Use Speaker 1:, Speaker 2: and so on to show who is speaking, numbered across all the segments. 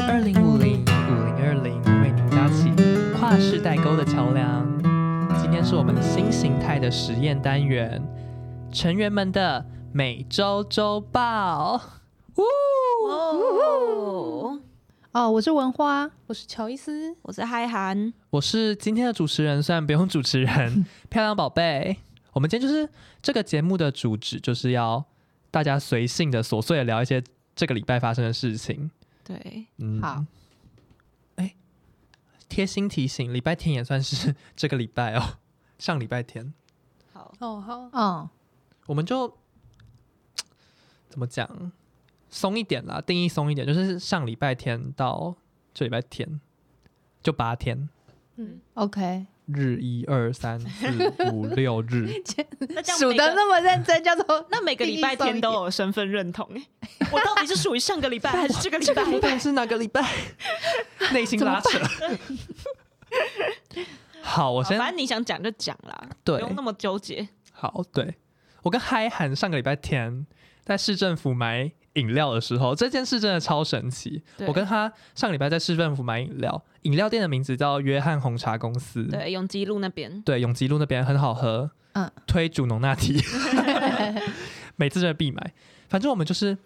Speaker 1: 二零五零五零二零为您搭起跨世代沟的桥梁。今天是我们新形态的实验单元，成员们的每周周报。呜
Speaker 2: 哦，
Speaker 3: 哦，我是文花，
Speaker 4: 我是乔伊斯，
Speaker 2: 我是嗨韩，
Speaker 1: 我是今天的主持人，虽然不用主持人， 漂亮宝贝。我们今天就是这个节目的主旨，就是要大家随性的、琐碎的聊一些这个礼拜发生的事情。
Speaker 2: 对，
Speaker 1: 嗯，
Speaker 3: 好。
Speaker 1: 哎，贴心提醒，礼拜天也算是这个礼拜哦， 上礼拜天
Speaker 2: 好，
Speaker 4: 哦好，
Speaker 3: 嗯，
Speaker 1: 我们就怎么讲松一点啦，定义松一点，就是上礼拜天到这礼拜天就八天。
Speaker 4: 嗯，
Speaker 3: OK，
Speaker 1: 日一二三四五六 日，
Speaker 2: 那这样
Speaker 3: 数
Speaker 2: 每
Speaker 3: 的
Speaker 2: 个
Speaker 3: 那么认真，叫做
Speaker 2: 那每个礼拜天都有身份认同哎、我到底是属于上个礼拜还 是这个礼拜？
Speaker 1: 拜是哪个礼 拜？内心拉扯。 好，我
Speaker 2: 好
Speaker 1: 先
Speaker 2: 反正你想讲就讲啦，
Speaker 1: 对
Speaker 2: 不用那么纠结。
Speaker 1: 好，对我跟嗨涵上个礼拜天在市政府买饮料的时候，这件事真的超神奇。
Speaker 2: 对
Speaker 1: 我跟他上个礼拜在市政府买饮料，饮料店的名字叫约翰红茶公司，
Speaker 2: 对，永吉路那边，
Speaker 1: 对，永吉路那边很好喝，
Speaker 3: 嗯
Speaker 1: 推主浓纳 提，每次都在必买。反正我们就是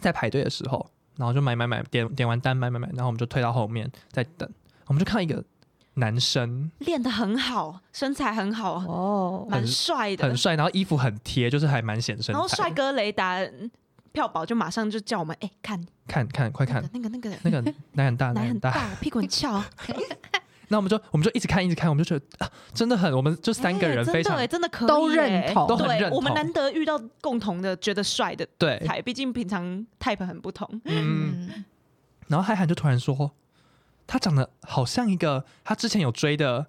Speaker 1: 在排队的时候，然后就买买买，点点完单买买买，然后我们就推到后面再等，我们就看到一个男生
Speaker 2: 练得很好，身材很好，
Speaker 3: 哦
Speaker 2: 蛮帅的
Speaker 1: 很，帅，然后衣服很贴，就是还蛮显身材的。
Speaker 2: 然后帅哥雷达嗯票宝就马上就叫我们哎、看
Speaker 1: 看看快 看，
Speaker 2: 那个那个 那
Speaker 1: 那个奶很大，
Speaker 2: 个
Speaker 1: 奶
Speaker 2: 奶
Speaker 1: 很
Speaker 2: 很
Speaker 1: 大。
Speaker 2: 大，屁股很翘，
Speaker 1: 那我们就我们就一直看一直看，我们就觉得啊，真的很，我们就 三个人
Speaker 2: 哎
Speaker 1: 非
Speaker 2: 真的
Speaker 1: 常、
Speaker 2: 哎真的可以
Speaker 3: 都
Speaker 2: 哎
Speaker 3: 认同
Speaker 1: 都很认
Speaker 2: 对，
Speaker 1: 同
Speaker 2: 我们难得遇到共同的觉得帅的
Speaker 1: 对，
Speaker 2: type，毕竟平常 type 很 不同。
Speaker 1: 嗯。
Speaker 3: 嗯，
Speaker 1: 然后海涵就突然说，他长得好像一个他之前有追的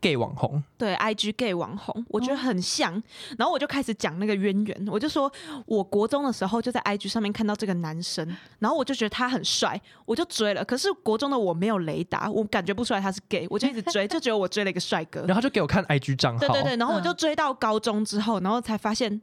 Speaker 1: gay 网红，
Speaker 2: 对，IG gay 网红，我觉
Speaker 1: 哦
Speaker 2: 得很像。然后我就开始讲那个渊源，我就说，我国中的时候就在 IG 上面看到这个男生，然后我就觉得他很帅，我就追了。可是国中的我没有雷达，我感觉不出来他是 gay，我就一直 追，就觉得我追了一个帅哥
Speaker 1: 然。后他就给我看 IG 账号，
Speaker 2: 呃对对对，然后
Speaker 1: 嗯
Speaker 2: 我就追到高中之后，然后才发现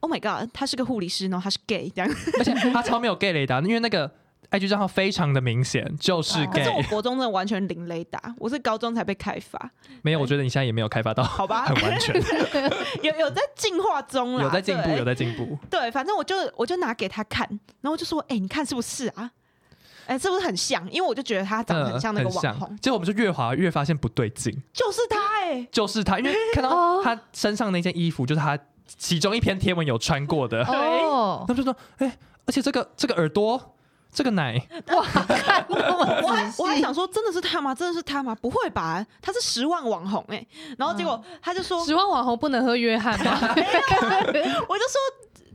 Speaker 2: ，Oh my god，他是个护理师，然后他是 gay 这样。
Speaker 1: 而且他超没有 gay 雷达，因为那个 IG 账号非常的明显就是
Speaker 2: 啊可
Speaker 1: gay，、
Speaker 2: 是我国中真的完全零雷达，我是高中才被开发，
Speaker 1: 没有，我觉得你现在也没有开发到
Speaker 2: 好吧
Speaker 1: 很，完 全，
Speaker 2: 有啊有在进化中啦，
Speaker 1: 有在进步，
Speaker 2: 对
Speaker 1: 有在进步。
Speaker 2: 对，反正我就我就拿给他看，然后我就说：“哎、你看是不是啊？哎、是不是很像？因为我就觉得他长 得很像那个
Speaker 1: 嗯
Speaker 2: 网红，
Speaker 1: 结果我们就越滑越发现不对劲，
Speaker 2: 就是他哎、
Speaker 1: 就是他，因为看
Speaker 2: 哦
Speaker 1: 到他身上那件衣服，就是他其中一篇贴文有穿过的，
Speaker 3: 哦，
Speaker 1: 他们就说，哎、而且这个这个耳朵，这个奶，
Speaker 3: 哇，看 那么
Speaker 2: 我还
Speaker 3: 仔细
Speaker 2: 我还想说，真的是他吗？真的是他吗？不会吧？他是十万网红哎、 然后结果他就说，
Speaker 4: 十万网红不能喝约翰吗？
Speaker 2: 我就说。”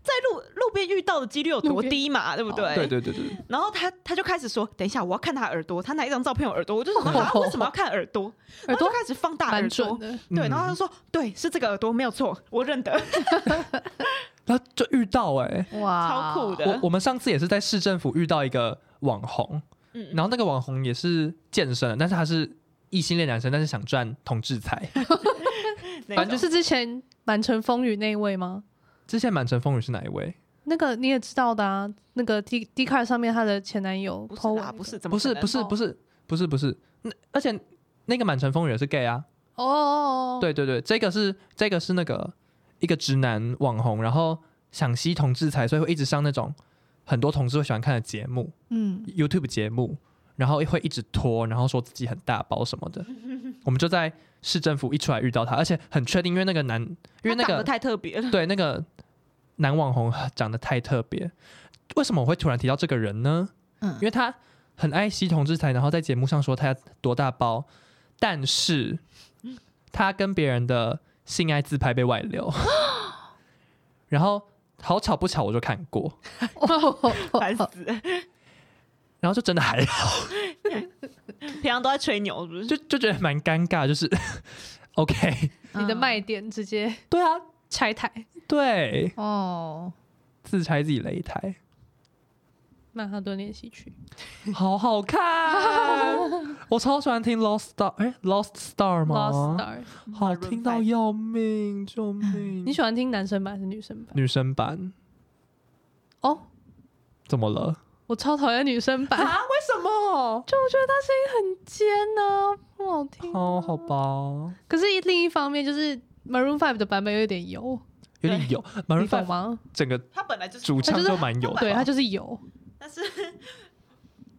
Speaker 2: 在路路边遇到的几率有多低嘛，对不对？
Speaker 1: 对对对，
Speaker 2: 然后他他就开始说：“等一下，我要看他耳朵，他哪一张照片有耳 朵？”我就想说：“啊，为什么要看耳朵？”
Speaker 4: 耳
Speaker 2: 然后
Speaker 4: 朵
Speaker 2: 就开始放大耳
Speaker 4: 蛮
Speaker 2: 朵
Speaker 4: 准，的，
Speaker 2: 对。
Speaker 1: 嗯
Speaker 2: 然后他就说：“对，是这个耳朵，没有错，我认得。”
Speaker 1: 然后就遇到哎、
Speaker 3: 哇，
Speaker 2: 超酷的
Speaker 1: 我我们上次也是在市政府遇到一个网红，
Speaker 2: 嗯
Speaker 1: 然后那个网红也是健身的，但是他是异性恋男生，但是想赚同志 财。
Speaker 2: 那
Speaker 1: 反正
Speaker 2: 种
Speaker 4: 就是之前满城风雨那一位吗？
Speaker 1: 之前满城风雨是哪一位？
Speaker 4: 那个你也知道的啊，那个 D D 卡上面她的前男友
Speaker 2: 不是
Speaker 4: po 文那
Speaker 2: 啦，
Speaker 4: 个
Speaker 2: 不是，怎么
Speaker 1: 不
Speaker 2: 可
Speaker 1: 是
Speaker 2: 能
Speaker 1: 不是
Speaker 4: 哦
Speaker 1: 不是不是不是，那而且那个满城风雨也是 gay 啊。
Speaker 4: 哦哦，哦，
Speaker 1: 对对对，这个是这个是那个一个直男网红，然后想吸同志财，所以会一直上那种很多同志会喜欢看的节目
Speaker 3: 嗯，
Speaker 1: ，YouTube 节目。然后会一直拖，然后说自己很大包什么的，我们就在市政府一出来遇到他，而且很确定，因为那个男，因为那
Speaker 2: 他长
Speaker 1: 个
Speaker 2: 得太 特别了，
Speaker 1: 对，那个男网红长得太特别。为什么我会突然提到这个人呢？
Speaker 3: 嗯
Speaker 1: 因为他很爱惜同志才，然后在节目上说他要多大包，但是他跟别人的性爱自拍被外流，然后好巧不巧我就看过，
Speaker 4: 哦
Speaker 1: 哦
Speaker 2: 烦死了！
Speaker 1: 然后就真的还
Speaker 2: 平常都在吹牛，是不是？
Speaker 1: 就就觉得蛮尴尬，就是 OK，
Speaker 4: 你的卖点直接
Speaker 1: 对啊，
Speaker 4: 拆台，
Speaker 1: 对，
Speaker 3: 哦，
Speaker 1: 自拆自己擂台，
Speaker 4: 曼哈顿练习曲，
Speaker 1: 好好
Speaker 2: 啊
Speaker 1: 看，我超喜欢听 Lost Star，哎、Lost Star 吗
Speaker 4: Lost Stars。
Speaker 1: 好
Speaker 2: Maroon
Speaker 1: 听到
Speaker 2: 5
Speaker 1: 要命，救命！
Speaker 4: 你喜欢听男生版还是女生版？
Speaker 1: 女生版
Speaker 4: 哦，
Speaker 1: 怎么了？
Speaker 4: 我超讨厌女生 版，
Speaker 1: 啊？为什么？
Speaker 4: 就我觉得她声音很尖呢、不好听。啊
Speaker 1: 哦，好吧，
Speaker 4: 可是另一方面就是 Maroon Five 的版本有点油，
Speaker 1: 有点油。
Speaker 4: 你
Speaker 1: Maroon
Speaker 4: 懂
Speaker 1: Five
Speaker 4: 吗？
Speaker 1: 整个
Speaker 2: 他本来就是
Speaker 1: 主唱
Speaker 4: 就是
Speaker 1: 就蛮油的吧，
Speaker 4: 对，它就是油。
Speaker 2: 但是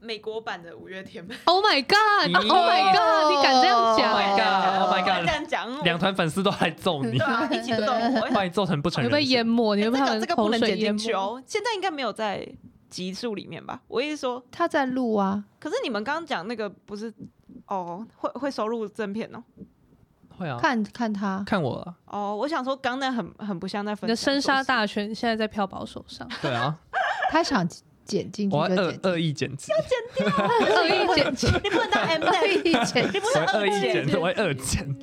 Speaker 2: 美国版的五月天嘛
Speaker 4: Oh my God！Oh
Speaker 1: 咦
Speaker 4: my God！你敢这
Speaker 2: 哦
Speaker 4: 样讲
Speaker 3: Oh my god，Oh my
Speaker 2: 这样讲，
Speaker 1: 两团粉丝都来揍你
Speaker 2: 对，啊，一起动。我
Speaker 1: 把你揍成不成
Speaker 4: 你会
Speaker 1: 人
Speaker 4: 被
Speaker 1: 形
Speaker 4: 淹没，你
Speaker 2: 哎
Speaker 4: 会
Speaker 2: 这
Speaker 4: 被他
Speaker 2: 个
Speaker 4: 们
Speaker 2: 这个不
Speaker 4: 口
Speaker 2: 能
Speaker 4: 水
Speaker 2: 剪
Speaker 4: 淹
Speaker 2: 进去
Speaker 4: 没。
Speaker 2: 哦，现在应该没有在集数里面吧？我意思说，
Speaker 3: 他在录啊，
Speaker 2: 可是你们刚刚讲那个不是哦，会会收录正片哦。
Speaker 1: 会啊，
Speaker 3: 看看他，
Speaker 1: 看我啊了，
Speaker 2: 哦，我想说，刚那很很不像在
Speaker 4: 你
Speaker 2: 分
Speaker 4: 的
Speaker 2: 享
Speaker 4: 生杀
Speaker 2: 说
Speaker 4: 大权现在在票宝手上，
Speaker 1: 对啊，
Speaker 3: 他想剪进去
Speaker 1: 我
Speaker 3: 就
Speaker 1: 要恶
Speaker 3: 剪，
Speaker 1: 恶意剪辑，
Speaker 4: 恶意剪 辑，
Speaker 2: 是，你不能当 M
Speaker 3: 恶
Speaker 2: N，
Speaker 3: 意 剪
Speaker 2: 你。不
Speaker 1: 我
Speaker 2: 能
Speaker 1: 会恶意剪
Speaker 2: 剪
Speaker 1: 辑，我会恶剪，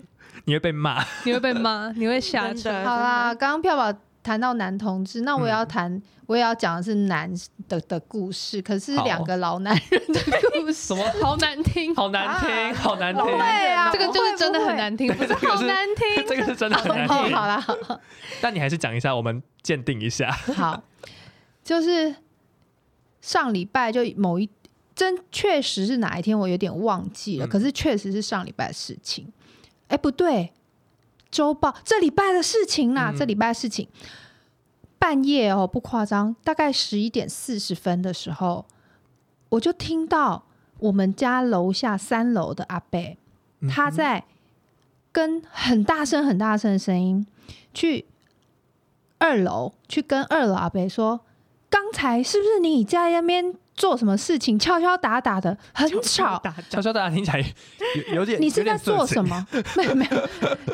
Speaker 1: 你会被骂。
Speaker 4: 你会被骂，你会下
Speaker 2: 真
Speaker 4: 车。
Speaker 2: 的
Speaker 3: 好啦，，刚刚票宝谈到男同志，
Speaker 1: 嗯
Speaker 3: 那我也要谈，我也要讲的是男的的故事，可是
Speaker 1: 好哦
Speaker 3: 两个老男人的故 事。
Speaker 1: 什么？
Speaker 4: 好难听，
Speaker 1: 好难听，好难听，
Speaker 3: 对啊，
Speaker 4: 这个就是真的很难听，不 是
Speaker 1: 这个
Speaker 4: 好
Speaker 1: 是
Speaker 4: 难听。
Speaker 1: 这个是真的很难
Speaker 3: 好好
Speaker 1: 听。
Speaker 3: 啦，好
Speaker 1: 但你还是讲一下，我们鉴定一下。
Speaker 3: 好，就是上礼拜就某一真确实是哪一天，我有点忘记了，
Speaker 1: 嗯
Speaker 3: 可是确实是上礼拜的事情。哎，不对，周报这礼拜的事情啦，
Speaker 1: 嗯
Speaker 3: 这礼拜的事情。半夜哦，不夸张，大概十一点四十分的时候，我就听到我们家楼下三楼的阿贝，
Speaker 1: 嗯
Speaker 3: 他在跟很大声、很大声的声音去二楼去跟二楼阿伯说：“刚才是不是你在那边做什么事情，敲敲打打的，很吵？
Speaker 1: 悄悄大家听起来有有点，
Speaker 3: 你是在做什
Speaker 1: 么？
Speaker 3: 么？”没有没有，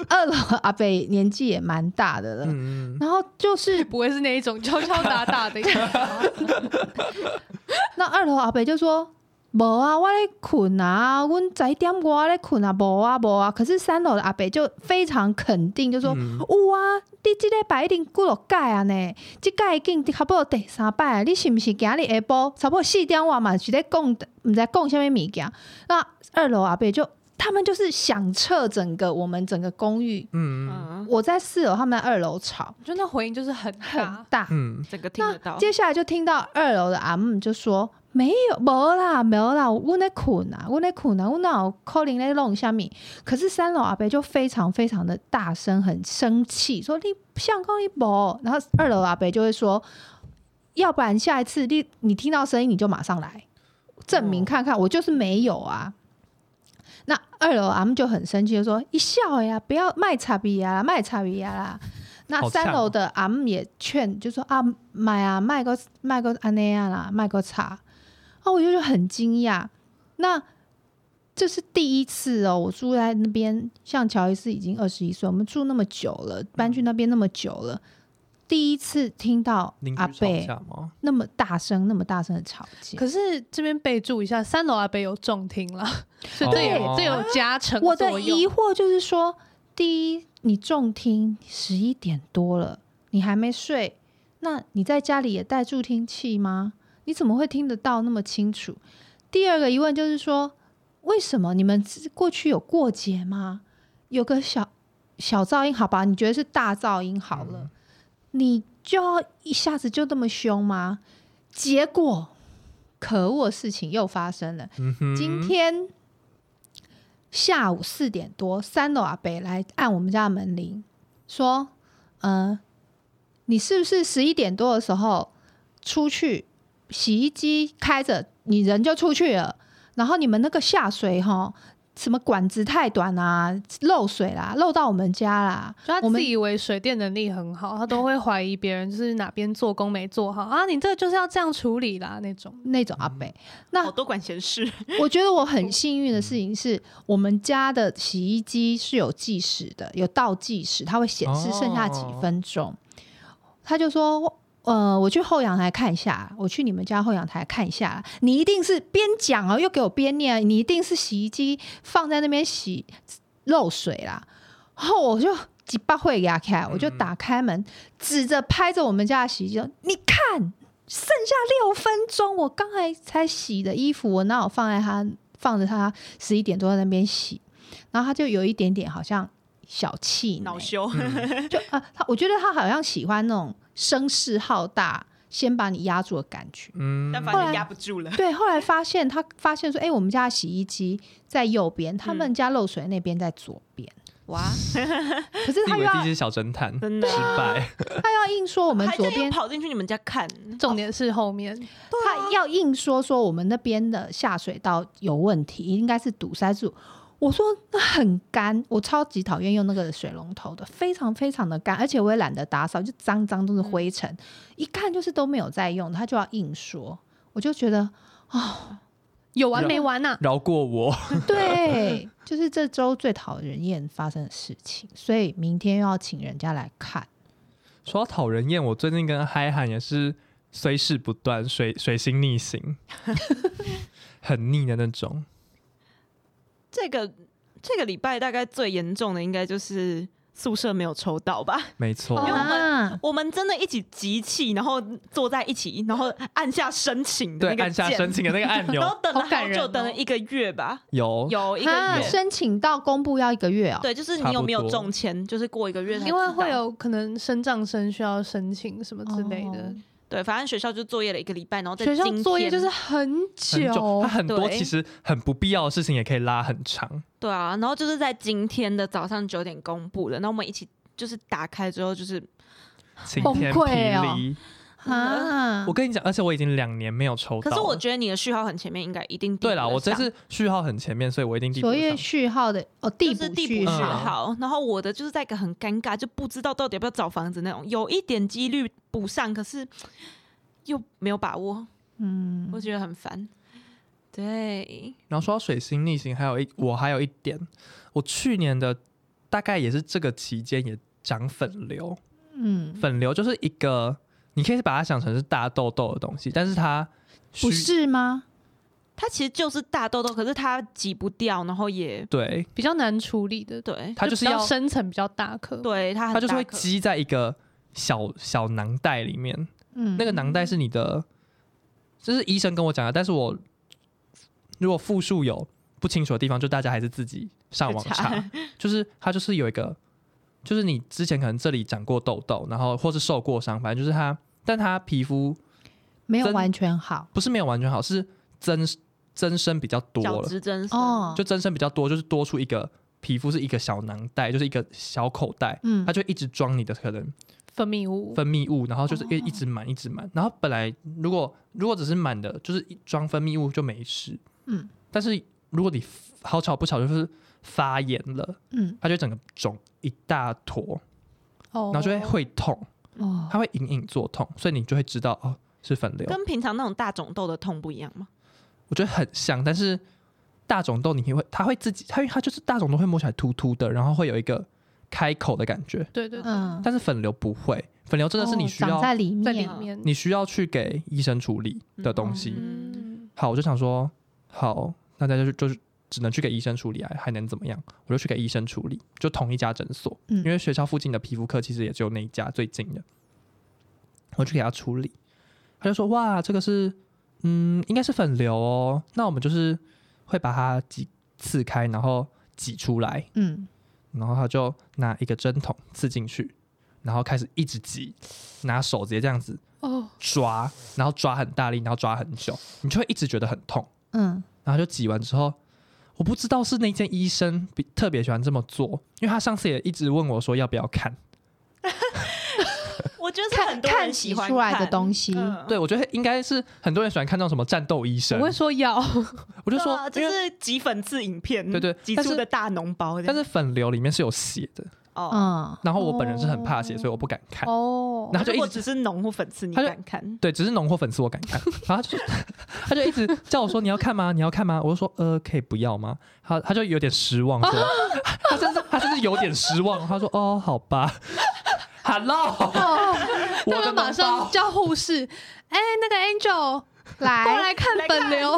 Speaker 3: 二楼阿伯年纪也蛮大的了，
Speaker 1: 嗯，嗯
Speaker 3: 然后就是
Speaker 4: 不会是那一种敲敲打打 的，
Speaker 3: 那二楼阿伯就说：“无啊，我咧困啊，阮十一点我咧困啊，无啊无啊。”可是三楼的阿伯就非常肯定，就说：“
Speaker 1: 嗯
Speaker 3: 有啊，你即礼拜一定几落届啊呢？即届已经差不多第三摆啊，你是毋是今日下晡差不多四点外嘛是咧讲，毋知讲啥物物件？”那二楼阿伯就他们就是响彻整个我们整个公寓。
Speaker 1: 嗯
Speaker 2: 嗯，
Speaker 3: 我在四楼，他们在二楼吵
Speaker 4: 就那回音就是很
Speaker 3: 很
Speaker 4: 大。
Speaker 3: 大，
Speaker 1: 嗯
Speaker 2: 整个听
Speaker 3: 那
Speaker 2: 得到。
Speaker 3: 接下来就听到二楼的阿姆就说：“没有，没啦，没啦，我在困啊，我在困啊，我哪有可能在弄下面？”可是三楼阿伯就非常非常的大声，很生气，说：“你像讲你没。”然后二楼阿伯就会说：“要不然下一次你你听到声音你就马上来证明看看，我就是没有啊。”那二楼阿姆就很生气，就说：“一笑呀，不要卖茶比呀啦，卖茶比呀啦。”那
Speaker 1: 好呛哦
Speaker 3: 三楼的阿姆也劝，就说：“啊，买啊，卖个卖个安内亚啦，卖个茶。”啊，我就是很惊讶。那这是第一次哦，我住在那边，像乔伊斯已经二十一岁，我们住那么久
Speaker 1: 嗯
Speaker 3: 了，搬去那边那么久了，第一次听到
Speaker 1: 邻居
Speaker 3: 阿
Speaker 1: 吵
Speaker 3: 贝
Speaker 1: 架吗？
Speaker 3: 那么大声、那么大声的吵架。
Speaker 4: 可是这边备注一下，三楼阿北有重听了，所以这也
Speaker 1: 哦
Speaker 4: 这有加成
Speaker 3: 我
Speaker 4: 作用
Speaker 3: 的疑惑就是说，第一，你重听十一点多了，你还没睡，那你在家里也带助听器吗？你怎么会听得到那么清楚？第二个疑问就是说，为什么你们过去有过节吗？有个小小噪音，好吧，你觉得是大噪音好了，
Speaker 1: 嗯
Speaker 3: 你就要一下子就这么凶吗？结果，可恶的事情又发生了。
Speaker 1: 嗯哼，
Speaker 3: 今天下午四点多，三楼阿北来按我们家的门铃，说：“呃，你是不是十一点多的时候出去？洗衣机开着，你人就出去了。然后你们那个下水哈，什么管子太短啊，漏水啦，漏到我们家啦。
Speaker 4: 就他
Speaker 3: 我
Speaker 4: 自
Speaker 3: 们
Speaker 4: 以为水电能力很好，他都会怀疑别人就是哪边做工没做好啊，你这就是要这样处理啦那种。
Speaker 3: 那种阿
Speaker 1: 嗯
Speaker 3: 北，那
Speaker 2: 好多管闲事，
Speaker 3: 我觉得我很幸运的事情是，我们家的洗衣机是有计时的，有倒计时，它会显示剩下几分钟。他就说：“呃，我去后阳台看一下，我去你们家后阳台看一下。你一定是边讲哦，又给我边念，你一定是洗衣机放在那边洗漏水啦。”然后我就几把会压开，我就
Speaker 1: 嗯
Speaker 3: 打开门，指着拍着我们家的洗衣机说，你看。剩下六分钟，我刚才才洗的衣服，我哪有放在他放着他十一点多在那边洗，然后他就有一点点好像小气馁
Speaker 2: 恼羞。
Speaker 1: 嗯
Speaker 3: 就啊，他我觉得他好像喜欢那种声势浩大、先把你压住的感觉。
Speaker 1: 嗯，
Speaker 2: 但
Speaker 3: 正
Speaker 2: 反正压不住 了。
Speaker 3: 对，后来发现他发现说，哎、我们家的洗衣机在右边，他们家漏水那边在左边。
Speaker 2: 哇，
Speaker 3: 可是
Speaker 1: 你
Speaker 3: 他
Speaker 1: 以
Speaker 3: 又
Speaker 1: 为
Speaker 3: 要
Speaker 1: 自己是小侦探，失
Speaker 2: 真的
Speaker 1: 败。
Speaker 3: 他要硬说我们
Speaker 2: 还
Speaker 3: 左
Speaker 2: 真有
Speaker 3: 边，
Speaker 2: 跑进去你们家看，
Speaker 4: 重点是后面，
Speaker 3: 他要硬说说我们那边的下水道有问题，应该是堵塞住。我说那很干，我超级讨厌用那个水龙头的，非常非常的干，而且我也懒得打扫，就脏脏都是灰尘，一看就是都没有在用，他就要硬说，我就觉得
Speaker 4: 有完没
Speaker 3: 哦
Speaker 4: 完呐、啊
Speaker 1: 饶过我，
Speaker 3: 对， 就是这周最讨人厌发生的事情，所以明天又要请人家来看。
Speaker 1: 说到讨人厌，我最近跟嗨喊也是虽事不断，水水星逆 行，很腻的那种。
Speaker 2: 这个这个礼拜大概最严重的应该就是宿舍没有抽到吧？
Speaker 1: 没错，
Speaker 4: 因为我
Speaker 3: 啊，
Speaker 2: 我们真的一起集气，然后坐在一起，然后按下申请的
Speaker 1: 对
Speaker 2: 那，个
Speaker 1: 按下
Speaker 2: 键
Speaker 1: 申请的那个按钮
Speaker 2: 然 后等了
Speaker 4: 好感
Speaker 2: 好
Speaker 4: 人
Speaker 2: 久，
Speaker 4: 哦
Speaker 2: 等了一个月吧，
Speaker 1: 哦有
Speaker 2: 有一个
Speaker 3: 啊，
Speaker 2: 月。
Speaker 3: 申请到公布要一个月哦。
Speaker 2: 对，就是
Speaker 1: 差
Speaker 2: 你
Speaker 1: 不
Speaker 2: 有没有
Speaker 1: 多
Speaker 2: 中签，就是过一个月才知
Speaker 4: 因
Speaker 2: 道，
Speaker 4: 为会有可能升账生需要申请什么之类的
Speaker 3: 哦，
Speaker 2: 对，反正学校就作业了一个礼拜，然后在
Speaker 4: 学校
Speaker 2: 今
Speaker 4: 作业
Speaker 2: 天
Speaker 4: 就是很
Speaker 1: 很久，
Speaker 4: 久
Speaker 3: 哦
Speaker 1: 它，很多
Speaker 2: 对
Speaker 1: 其实很不必要的事情也可以拉很 长。
Speaker 2: 对啊，然后就是在今天的早上九点公布的，那我们一起就是打开之后就是
Speaker 1: 晴
Speaker 3: 崩
Speaker 1: 天
Speaker 3: 溃哦
Speaker 1: 霹 雳！
Speaker 3: 啊，
Speaker 1: 我跟你讲，而且我已经两年没有抽到
Speaker 2: 嗯可
Speaker 1: 了。
Speaker 2: 是我觉得你的序号很前面，应该一定递
Speaker 1: 对
Speaker 2: 补
Speaker 1: 啦，
Speaker 2: 得
Speaker 1: 我这
Speaker 2: 上
Speaker 1: 次序号很前面，所以我一定第
Speaker 3: 所以
Speaker 1: 一。
Speaker 3: 序号的哦，地
Speaker 2: 就是
Speaker 3: 补
Speaker 2: 地
Speaker 3: 序啊
Speaker 2: 补
Speaker 1: 嗯
Speaker 2: 序
Speaker 3: 号。
Speaker 2: 号，然后我的就是在一个很尴尬，就不知道到底要不要找房子那种，有一点几率补上，可是又没有把握，
Speaker 3: 嗯
Speaker 2: 我觉得很烦。对，
Speaker 1: 然后说到水星逆行，还有一我还有一点，我去年的大概也是这个期间也长粉瘤，
Speaker 3: 嗯，
Speaker 1: 粉瘤就是一个你可以把它想成是大痘痘的东西，但是它需
Speaker 3: 不是吗？
Speaker 2: 它其实就是大痘痘，可是它挤不掉，然后也
Speaker 1: 对，
Speaker 4: 比较难处理的，
Speaker 2: 对
Speaker 1: 它就是
Speaker 4: 比较
Speaker 1: 要
Speaker 4: 深层比较大颗，
Speaker 2: 对它很
Speaker 1: 它就是
Speaker 2: 大
Speaker 1: 会
Speaker 2: 颗
Speaker 1: 积在一个小小囊袋里面，
Speaker 3: 嗯，
Speaker 1: 那个囊袋是你的，这是医生跟我讲的，但是我如果复述有不清楚的地方，就大家还是自己上网
Speaker 2: 去查
Speaker 1: 查。就是它就是有一个，就是你之前可能这里长过痘痘，然后或是受过伤，反正就是它，但它皮肤
Speaker 3: 没有
Speaker 1: 真
Speaker 3: 完全好
Speaker 1: 不是没有完全好，是增增生比较多
Speaker 2: 角
Speaker 1: 了，
Speaker 2: 质增生
Speaker 3: 哦，
Speaker 1: 就增生比较多，就是多出一个皮肤是一个小囊袋，就是一个小口袋，
Speaker 3: 嗯
Speaker 1: 它就一直装你的可能
Speaker 4: 分泌物，
Speaker 1: 分泌物，然后就是一一直满一直满，然后本来如果如果只是满的，就是一装分泌物就没事，
Speaker 3: 嗯，
Speaker 1: 但是如果你好巧不巧就是发炎了，
Speaker 3: 嗯
Speaker 1: 它就整个肿一大坨，
Speaker 4: 哦
Speaker 1: 然后就会会痛，
Speaker 3: 哦，
Speaker 1: 它会隐隐作痛，所以你就会知道哦是粉瘤。
Speaker 2: 跟平常那种大肿痘的痛不一样吗？
Speaker 1: 我觉得很像，但是大肿痘你会它会自己，它因为它就是大肿痘会摸起来凸凸的，然后会有一个开口的感觉，
Speaker 4: 对对对，
Speaker 3: 嗯，
Speaker 1: 但是粉瘤不会，粉瘤真的是你
Speaker 3: 哦
Speaker 1: 需
Speaker 3: 长
Speaker 1: 要、
Speaker 3: 在里
Speaker 4: 在里
Speaker 3: 面，
Speaker 4: 面，
Speaker 1: 你需要去给医生处理的东西。
Speaker 4: 嗯，
Speaker 1: 好，我就想说，好，那大家就就是只能去给医生处理啊，还能怎么样？我就去给医生处理，就同一家诊所，
Speaker 3: 嗯
Speaker 1: 因为学校附近的皮肤科其实也只有那一家最近的，我去给他处理，他就说哇，这个是嗯，应该是粉瘤哦，那我们就是会把它挤刺开，然后挤出来，
Speaker 3: 嗯，
Speaker 1: 然后他就拿一个针筒刺进去，然后开始一直挤，拿手直接这样子
Speaker 4: 哦，
Speaker 1: 抓，然后抓很大力，然后抓很久，你就会一直觉得很痛。
Speaker 3: 嗯
Speaker 1: 然后就挤完之后，我不知道是那间医生比特别喜欢这么做，因为他上次也一直问我说要不要看。
Speaker 2: 我觉得是
Speaker 3: 看
Speaker 2: 很多人
Speaker 3: 看
Speaker 2: 喜
Speaker 3: 起
Speaker 2: 欢
Speaker 3: 出来的
Speaker 2: 西。
Speaker 3: 东西，
Speaker 2: 嗯
Speaker 1: 对，我觉得应该是很多人喜欢看那种什么战斗医生
Speaker 4: 啊我，会说要，
Speaker 1: 我就
Speaker 2: 对
Speaker 1: 说，
Speaker 2: 啊就
Speaker 1: 因为
Speaker 2: 是挤粉刺影片，
Speaker 1: 对对
Speaker 2: 挤
Speaker 1: 但
Speaker 2: 出
Speaker 1: 是
Speaker 2: 的大脓包这
Speaker 1: 但
Speaker 2: 样。
Speaker 1: 是粉瘤里面是有血的，
Speaker 2: 哦，
Speaker 3: 嗯，
Speaker 1: 然后我本人是很怕血，
Speaker 4: 哦
Speaker 1: 所以我不敢看。
Speaker 4: 哦，
Speaker 1: 然后他就
Speaker 2: 如
Speaker 1: 一
Speaker 2: 果
Speaker 1: 直
Speaker 2: 只是脓或粉刺，你
Speaker 1: 他就
Speaker 2: 敢看？
Speaker 1: 对，只是脓或粉刺我敢 看，然后他就 他就一直叫我说你要看吗？你要看吗？我就说呃，可以不要吗？他他就有点失望说， 他甚至他甚至有点失望，他说哦，好吧 ，Hello，
Speaker 4: 哦，
Speaker 1: 我
Speaker 4: 他
Speaker 1: 的
Speaker 4: 们
Speaker 1: 脓包
Speaker 4: 马上叫护士，哎，那个 Angel 过
Speaker 3: 嗯来，
Speaker 4: 来看本流，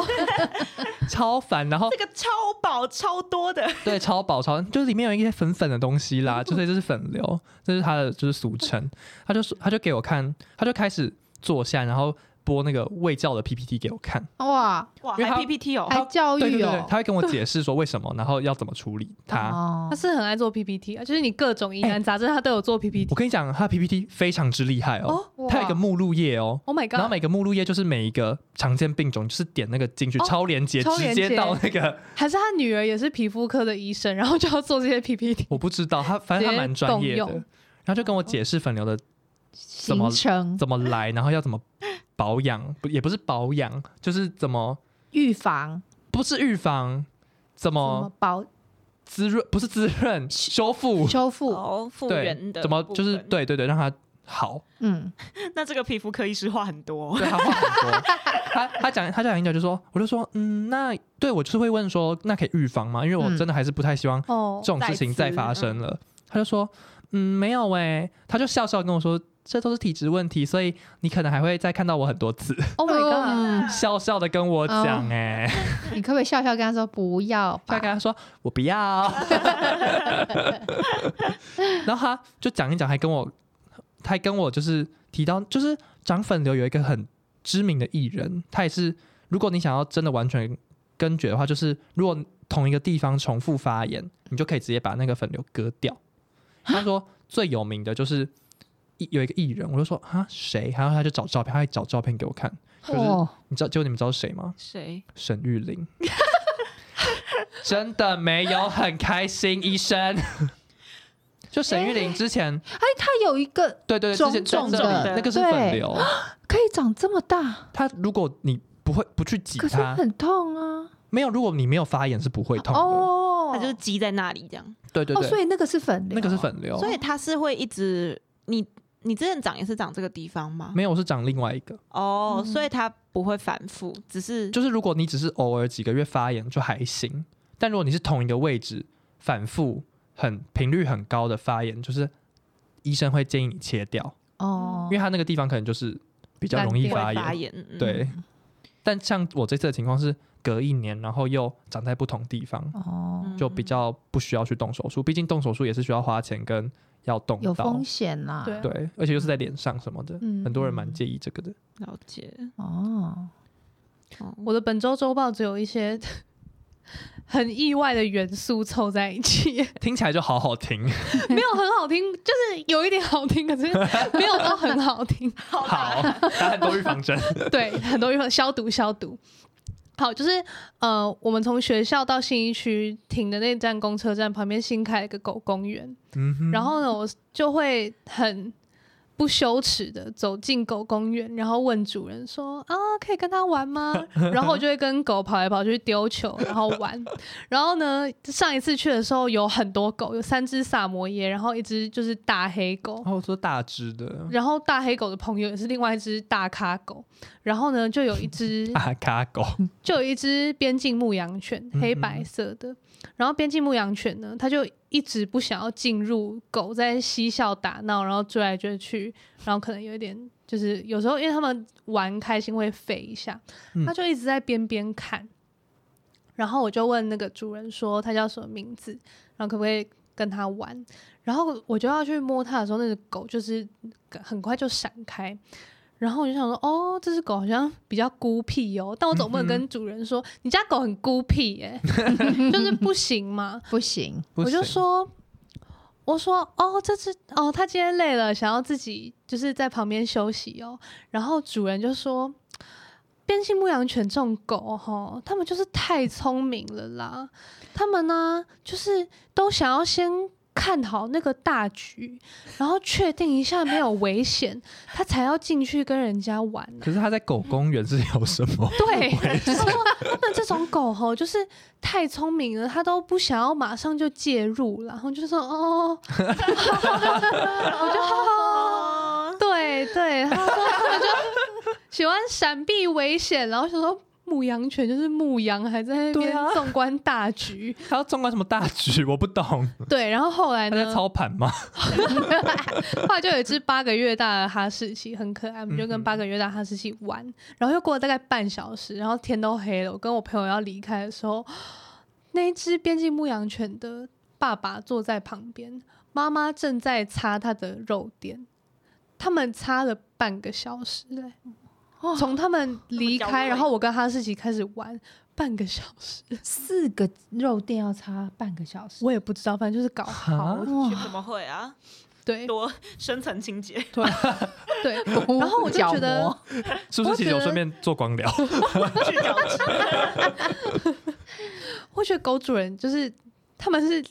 Speaker 1: 超烦，然后
Speaker 2: 这个超薄超多的，
Speaker 1: 对，超薄超，就是里面有一些粉粉的东西啦，
Speaker 4: 嗯
Speaker 1: 就是这是粉瘤，这是它的就是俗称。他就说，他就给我看，他就开始坐下，然后播那个卫教的 PPT 给我看，
Speaker 3: 哇，
Speaker 2: 哇，
Speaker 1: 因为他
Speaker 2: 还 PPT 哦，
Speaker 3: 还教
Speaker 1: 对对
Speaker 3: 育
Speaker 1: 对，对
Speaker 3: 哦，
Speaker 1: 他会跟我解释说为什么，然后要怎么处理它。
Speaker 3: 哦
Speaker 4: 他是很爱做 PPT 啊，就是你各种疑难杂症他都有做 PPT
Speaker 1: 我。跟你讲，他的 PPT 非常之厉害哦，
Speaker 4: 哦
Speaker 1: 他有一个目录页哦。
Speaker 4: ，Oh my
Speaker 1: 然后
Speaker 4: god！
Speaker 1: 每个目录页就是每一个常见病种，就是点那个进去、
Speaker 4: 哦
Speaker 1: 超连接，
Speaker 4: 超连
Speaker 1: 直
Speaker 4: 接
Speaker 1: 接到那个
Speaker 4: 还是他女儿也是皮肤科的医生，然后就要做这些 PPT。
Speaker 1: 我不知道，他反正他
Speaker 4: 直接
Speaker 1: 蛮专业的，
Speaker 4: 动用哦
Speaker 1: 然后就跟我解释粉瘤的怎么
Speaker 3: 行程
Speaker 1: 怎么来，然后要怎么保养， 不也不是保养，就是怎么
Speaker 3: 预防
Speaker 1: 不是预防，怎
Speaker 3: 怎么
Speaker 1: 么
Speaker 3: 保
Speaker 1: 滋润，不是滋润，修复，
Speaker 3: 修复，
Speaker 2: 哦，复
Speaker 1: 对
Speaker 2: 原，的，
Speaker 1: 怎么就是？对对对，让它好，
Speaker 3: 嗯，
Speaker 2: 那这个皮肤科医师话很多哦，
Speaker 1: 对他话很多，他他讲他讲一讲就说，我就说嗯，那对我就是会问说，那可以预防吗？因为我
Speaker 3: 嗯
Speaker 1: 真的还是不太希望
Speaker 4: 哦
Speaker 1: 这，种事情再发生了。他就说，嗯，没有哎、他就笑笑跟我说，这都是体质问题，所以你可能还会再看到我很多次。
Speaker 4: Oh my god！
Speaker 3: 嗯
Speaker 1: 笑笑的跟我讲哎、
Speaker 3: 你可不可以笑笑跟他说不要
Speaker 1: 他
Speaker 3: 吧
Speaker 1: 跟？他说我不要， 然后他就讲一讲，还跟我，他还跟我就是提到，就是长粉瘤有一个很知名的艺人，他也是，如果你想要真的完全根绝的话，就是如果同一个地方重复发炎，你就可以直接把那个粉瘤割掉。他说最有名的就是一有一个艺人，我就说啊谁？然后他就找照片，他还找照片给我看，就是、
Speaker 3: 哦，
Speaker 1: 你知道，结果你们知道谁吗？
Speaker 2: 谁？
Speaker 1: 沈玉 玲，真的没有很开心，医生。 就沈玉玲之前，
Speaker 3: 哎，他有一个
Speaker 1: 对对对，之前
Speaker 3: 肿
Speaker 2: 肿的
Speaker 1: 那个是粉瘤，
Speaker 3: 可以长这么大，
Speaker 1: 它如果你不会不去挤
Speaker 3: 可是
Speaker 1: 它，
Speaker 3: 很痛啊。
Speaker 1: 没有，如果你没有发炎是不会痛的。
Speaker 3: 哦，
Speaker 2: 它就是积在那里这样，
Speaker 1: 对对
Speaker 3: 哦，所
Speaker 1: 对，
Speaker 3: 以那个是粉瘤，
Speaker 1: 那个是粉瘤，
Speaker 2: 所以它是会一直你你之前长也是长这个地方吗？
Speaker 1: 没有是长另外一个，
Speaker 2: 哦，
Speaker 3: 嗯
Speaker 2: 所以它不会反复，只是
Speaker 1: 就是如果你只是偶尔几个月发炎就还行，但如果你是同一个位置反复很频率很高的发炎，就是医生会建议你切掉，
Speaker 3: 哦
Speaker 1: 因，为它那个地方可能就是比较容易
Speaker 2: 会
Speaker 1: 发炎
Speaker 2: 发。炎。嗯，
Speaker 1: 对，但像我这次的情况是隔一年，然后又长在不同地方，
Speaker 3: 哦，
Speaker 2: 嗯
Speaker 1: 就比较不需要去动手术。毕竟动手术也是需要花钱跟要动
Speaker 3: 有
Speaker 1: 刀
Speaker 3: 风，险
Speaker 2: 嗯
Speaker 3: 啦。
Speaker 4: 对，
Speaker 1: 对，而且又是在脸上什么的，
Speaker 4: 嗯
Speaker 1: 很多人蛮介意这个的。
Speaker 2: 嗯了解。
Speaker 3: 哦，
Speaker 2: 哦
Speaker 4: 我的本周周报只有一些 很意外的元素凑在一起，
Speaker 1: 听起来就好好听，
Speaker 4: 没有很好听，就是有一点好听，可是没有到很好听。
Speaker 1: 好， 打很多预防针。
Speaker 4: 对，很多地方消毒消毒。好，就是呃，我们从学校到信义区停的那站公车站旁边新开了一个狗公园，
Speaker 1: 嗯哼，
Speaker 4: 然后呢，我就会很不羞耻的走进狗公园，然后问主人说啊，可以跟它玩吗？ 然后我就会跟狗跑来跑去丢球，然后玩。然后呢，上一次去的时候有很多狗，有三只萨摩耶，然后一只就是大黑狗，
Speaker 1: 然后哦说大只的
Speaker 4: 然后大黑狗的朋友也是另外一只大咖狗，然后呢，就有一只
Speaker 1: 大咖啊狗，
Speaker 4: 就有一只边境牧羊犬，
Speaker 1: 嗯
Speaker 4: 黑白色的。然后边境牧羊犬呢，它就一直不想要进入狗在嬉笑打闹，然后追来追去，然后可能有一点就是有时候因为他们玩开心会吠一下
Speaker 1: 嗯，
Speaker 4: 它就一直在边边看。然后我就问那个主人说它叫什么名字，然后可不可以跟它玩？然后我就要去摸它的时候，那只狗就是很快就闪开。然后我就想说，哦，这只狗好像比较孤僻哦，但我总不
Speaker 1: 嗯
Speaker 4: 能
Speaker 1: 哼
Speaker 4: 跟主人说、你家狗很孤僻耶、 就是不行嘛。
Speaker 3: 不行，
Speaker 1: 不
Speaker 4: 我就
Speaker 1: 行
Speaker 4: 说，我说哦，这只哦，它今天累了，想要自己就是在旁边休息哦。然后主人就说，边境牧羊犬这种狗哈，它们就是太聪明了啦，它们呢就是都想要先。看好那个大局，然后确定一下没有危险，它才要进去跟人家玩、啊。
Speaker 1: 可是它在狗公园是有什么？
Speaker 4: 对，他说他们这种狗吼就是太聪明了，他都不想要马上就介入，然后就说哦，我就
Speaker 2: 哦，
Speaker 4: 对对，他说他们就喜欢闪避危险，然后就说。牧羊犬就是牧羊，还在那边
Speaker 1: 对啊
Speaker 4: 纵观大局。
Speaker 1: 它要纵观什么大局？我不懂。
Speaker 4: 对，然后后来
Speaker 1: 它在
Speaker 4: 哎呢？
Speaker 1: 操盘吗？
Speaker 4: 后来就有一只八个月大的哈士奇，很可爱，我们就
Speaker 1: 嗯
Speaker 4: 跟
Speaker 1: 哼
Speaker 4: 八个月大哈士奇玩，然后又过了大概半小时，然后天都黑了，我跟我朋友要离开的时候，那一只边境牧羊犬的爸爸坐在旁边，妈妈正在擦它的肉垫，他们擦了半个小时嘞、
Speaker 3: 哦
Speaker 4: 从他们离
Speaker 2: 他们
Speaker 4: 开，
Speaker 2: 交
Speaker 4: 然后我跟哈士奇开始玩半个小时，
Speaker 3: 四个肉垫要擦半个小 时，
Speaker 4: 我也不知道，反正就是搞好
Speaker 1: 哈。
Speaker 2: 怎么会啊？
Speaker 4: 对
Speaker 2: 多深层清 洁，
Speaker 4: 对，然后我就觉得
Speaker 1: 是
Speaker 3: 角膜
Speaker 1: 不
Speaker 4: 我
Speaker 1: 是其实
Speaker 4: 觉
Speaker 1: 我
Speaker 4: 得
Speaker 1: 顺便做光疗？
Speaker 2: 去角质。
Speaker 4: 我觉得狗主人就是他们是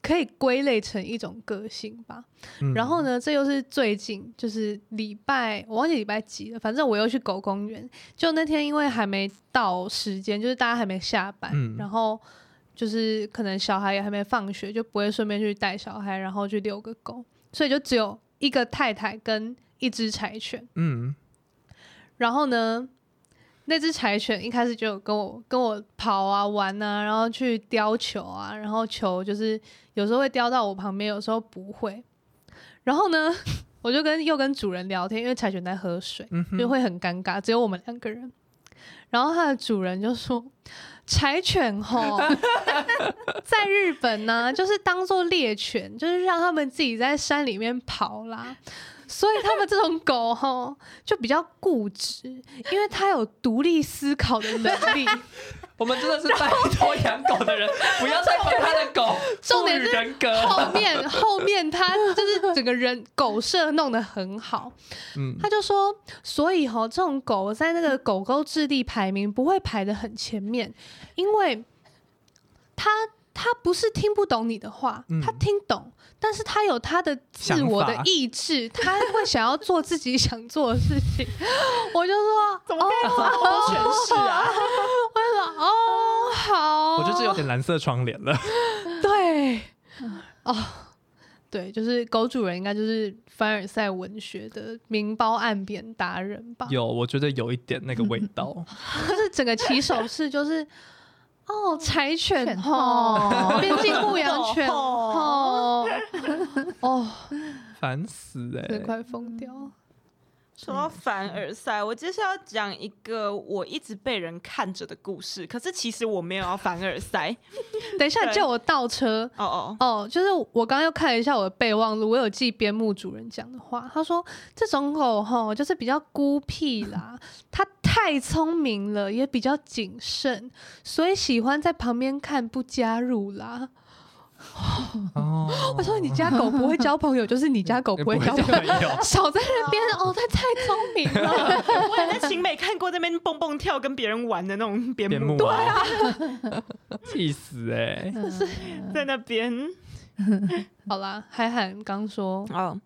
Speaker 4: 可以归类成一种个性吧。
Speaker 1: 嗯
Speaker 4: 然后呢，这又是最近就是礼拜，我忘记礼拜几了，反正我又去狗公园。就那天因为还没到时间，就是大家还没下班，
Speaker 1: 嗯
Speaker 4: 然后就是可能小孩也还没放学，就不会顺便去带小孩，然后去遛个狗，所以就只有一个太太跟一只柴犬。
Speaker 1: 嗯，
Speaker 4: 然后呢，那只柴犬一开始就有跟我跟我跑啊玩啊，然后去叼球啊，然后球就是有时候会叼到我旁边，有时候不会。然后呢， 我就跟又跟主人聊天，因为柴犬在喝水，
Speaker 1: 嗯哼
Speaker 4: 就会很尴尬，只有我们两个人。然后它的主人就说：“柴犬吼， 在日本呢、就是当做猎犬，就是让他们自己在山里面跑啦。所以他们这种狗吼，就比较固执，因为它有独立思考的能力。
Speaker 1: 我们真的是拜托养狗的人，不要再帮他的狗
Speaker 4: 重点
Speaker 1: 赋
Speaker 4: 是
Speaker 1: 予人格。
Speaker 4: 后面后面它就是整个人狗舍弄得很好，
Speaker 1: 嗯
Speaker 4: 他就说，所以吼、这种狗在那个狗狗智力排名不会排得很前面，因为它它不是听不懂你的话
Speaker 1: 嗯，
Speaker 4: 它听懂，但是它有它的自我的
Speaker 1: 想法
Speaker 4: 意志，它会想要做自己想做的事 情。我就说，
Speaker 2: 怎么可以这么多诠释啊？
Speaker 4: 我就说，哦，好，
Speaker 1: 我觉得这有点蓝色窗帘了。
Speaker 4: 对，哦，对，就是狗主人应该就是凡尔赛文学的明褒暗贬达人吧？
Speaker 1: 有，我觉得有一点那个味道。
Speaker 4: 就是整个起手式就是。哦，柴犬
Speaker 3: 犬
Speaker 4: 吼，
Speaker 3: 吼
Speaker 4: 边境牧羊 犬吼，哦，
Speaker 1: 烦死哎、
Speaker 4: 真的快疯掉了！
Speaker 3: 嗯
Speaker 2: 说到凡尔赛，我接下来要讲一个我一直被人看着的故事，可是其实我没有要凡尔赛。
Speaker 4: 等一下
Speaker 2: 对
Speaker 4: 叫我倒车
Speaker 2: 哦 哦，
Speaker 4: 哦，就是我刚刚又看了一下我的备忘录，我有记边牧主人讲的话，他说这种狗吼就是比较孤僻 啦，它太聪明了，也比较谨慎，所以喜欢在旁边看不加入啦。
Speaker 1: 哦，
Speaker 4: 我说你家狗不会交朋友，就是你家狗
Speaker 1: 嗯
Speaker 4: 不会交朋友。
Speaker 1: 友
Speaker 4: 少在那边 哦，他太聪明了。
Speaker 2: 我也在青美看过那边蹦蹦跳跟别人玩的那种边
Speaker 1: 边
Speaker 2: 牧
Speaker 1: 牧，啊，气死哎、
Speaker 2: 在那边。
Speaker 4: 好啦，海涵刚说，
Speaker 2: 哦，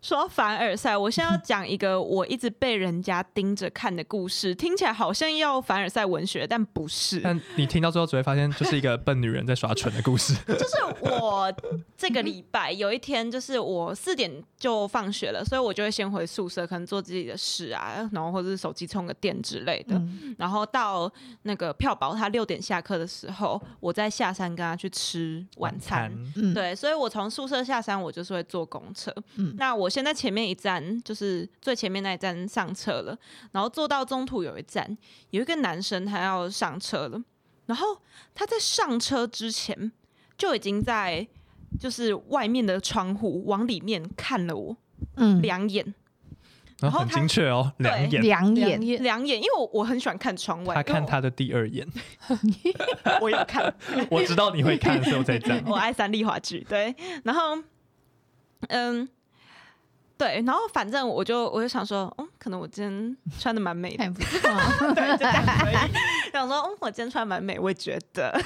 Speaker 2: 说到凡尔赛，我现在要讲一个我一直被人家盯着看的故事，听起来好像要凡尔赛文学，但不是。
Speaker 1: 但你听到最后只会发现，就是一个笨女人在耍蠢的故事。
Speaker 2: 就是我这个礼拜有一天，就是我四点就放学了，所以我就会先回宿舍，可能做自己的事啊，然后或者是手机充个电之类的。
Speaker 3: 嗯
Speaker 2: 然后到那个票宝他六点下课的时候，我在下山跟他去吃晚餐。
Speaker 3: 嗯，
Speaker 2: 对，所以我从宿舍下山，我就是会坐公车。
Speaker 3: 嗯
Speaker 2: 那我先在前面一站，就是最前面那一站上车了，然后坐到中途有一站，有一个男生他要上车了，然后他在上车之前就已经在就是外面的窗户往里面看了我
Speaker 3: 嗯，
Speaker 2: 两眼，
Speaker 1: 然
Speaker 2: 然
Speaker 1: 后
Speaker 2: 后
Speaker 1: 很
Speaker 2: 他
Speaker 1: 精确哦，
Speaker 2: 对
Speaker 1: 两眼。
Speaker 3: 两
Speaker 4: 两
Speaker 3: 眼，
Speaker 4: 眼
Speaker 2: 两眼，因为我我很喜欢看窗外，
Speaker 1: 他看
Speaker 2: 因为
Speaker 1: 他的第二眼，
Speaker 2: 我，我有看，
Speaker 1: 我知道你会看，所以我在讲。
Speaker 2: 我爱三立华剧，对，然后，嗯，对，然后反正我就我就想说，嗯，可能我今天穿的蛮美 的，
Speaker 3: 看不错，
Speaker 2: 对，就这样而已。想说，嗯，我今天穿得蛮美，我也觉得。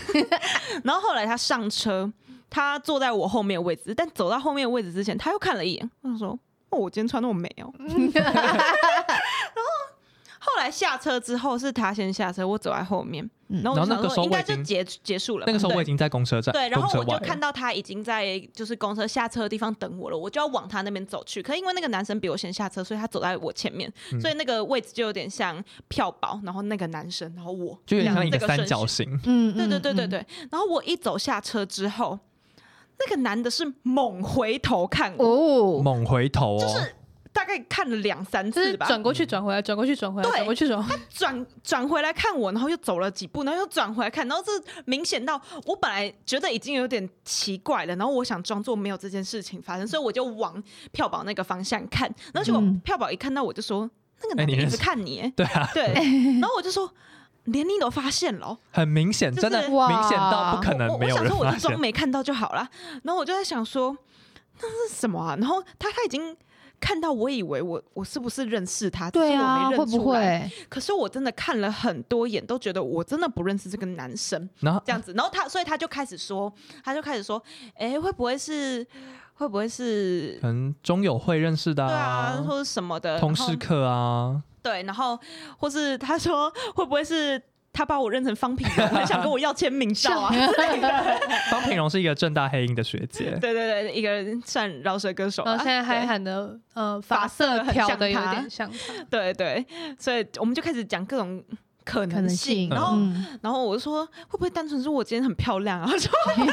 Speaker 2: 然后后来他上车，他坐在我后面的位置，但走到后面的位置之前，他又看了一眼，我想说，哦，我今天穿那么美 哦。然后后来下车之后是他先下车，我走在后面，
Speaker 3: 嗯
Speaker 2: 然后我就
Speaker 1: 然后那
Speaker 2: 想
Speaker 1: 个时候
Speaker 2: 说应该
Speaker 1: 我已
Speaker 2: 就
Speaker 1: 经
Speaker 2: 结结束了吧。
Speaker 1: 那个时候
Speaker 2: 对
Speaker 1: 我已经在公车 站，
Speaker 2: 对，然后
Speaker 1: 公
Speaker 2: 我
Speaker 1: 车
Speaker 2: 就
Speaker 1: 外
Speaker 2: 看到他已经在就是公车下车的地方等我了，我就要往他那边走去。可因为那个男生比我先下车，所以他走在我前面，
Speaker 1: 嗯
Speaker 2: 所以那个位置就有点像票宝，然后那个男生，然后我，
Speaker 1: 就有点像一
Speaker 2: 这
Speaker 1: 个
Speaker 2: 个
Speaker 1: 三
Speaker 2: 顺序
Speaker 1: 角形，
Speaker 3: 嗯，
Speaker 2: 对对对对
Speaker 3: 嗯，
Speaker 2: 对。然后我一走下车之后，那个男的是猛回头看我，
Speaker 3: 哦，
Speaker 1: 猛回头哦，
Speaker 2: 就是大概看了两三
Speaker 4: 就是
Speaker 2: 次吧，
Speaker 4: 转过去转回来，转过去转回来，
Speaker 2: 对
Speaker 4: 转过去转回来。
Speaker 2: 转转回来看我，然后又走了几步，然后又转回来看，然后这明显到我本来觉得已经有点奇怪了，然后我想装作没有这件事情发生，所以我就往票宝那个方向看，然后结果
Speaker 3: 嗯
Speaker 2: 票宝一看到我就说：“那个
Speaker 1: 哎
Speaker 2: 男的
Speaker 1: 你
Speaker 2: 一
Speaker 1: 认
Speaker 2: 直
Speaker 1: 识
Speaker 2: 看你、欸，
Speaker 1: 对啊，
Speaker 2: 对，然后我就说，连你都发现了哦，
Speaker 1: 很明显，
Speaker 2: 就
Speaker 1: 真的
Speaker 2: 是
Speaker 3: 哇
Speaker 1: 明显到不可
Speaker 2: 我
Speaker 1: 能
Speaker 2: 我
Speaker 1: 没有
Speaker 2: 想
Speaker 1: 人
Speaker 2: 说我
Speaker 1: 发
Speaker 2: 就装
Speaker 1: 现。
Speaker 2: 没看到就好了。然后我就在想说，那是什么啊？然后他他已经看到，我以为我我是不是认识他？只是
Speaker 3: 对
Speaker 2: 我
Speaker 3: 啊，
Speaker 2: 没
Speaker 3: 会
Speaker 2: 认
Speaker 3: 不
Speaker 2: 出来？
Speaker 3: 会？
Speaker 2: 可是我真的看了很多眼，都觉得我真的不认识这个男生
Speaker 1: 然后
Speaker 2: 这样子。然后他，所以他就开始说，他就开始说，哎、会不会是会不会是
Speaker 1: 可能中友会认识的、
Speaker 2: 对啊，或者什么的
Speaker 1: 同
Speaker 2: 然后
Speaker 1: 事课啊，
Speaker 2: 对，然后或是他说会不会是他把我认成方平了，很想跟我要签名照 啊之类的。
Speaker 1: 方品荣是一个正大黑鹰的学姐，
Speaker 2: 对对对，一个算饶舌歌手啊，
Speaker 4: 然哦后现在
Speaker 2: 对
Speaker 4: 还喊的呃
Speaker 2: 发
Speaker 4: 发色
Speaker 2: 很
Speaker 4: 调
Speaker 2: 像
Speaker 4: 的有
Speaker 2: 他
Speaker 4: 点像他，
Speaker 2: 对对，所以我们就开始讲各种可
Speaker 3: 可能性，
Speaker 2: 然后、
Speaker 3: 嗯
Speaker 2: 然后我就说会不会单纯是我今天很漂亮 啊？ 就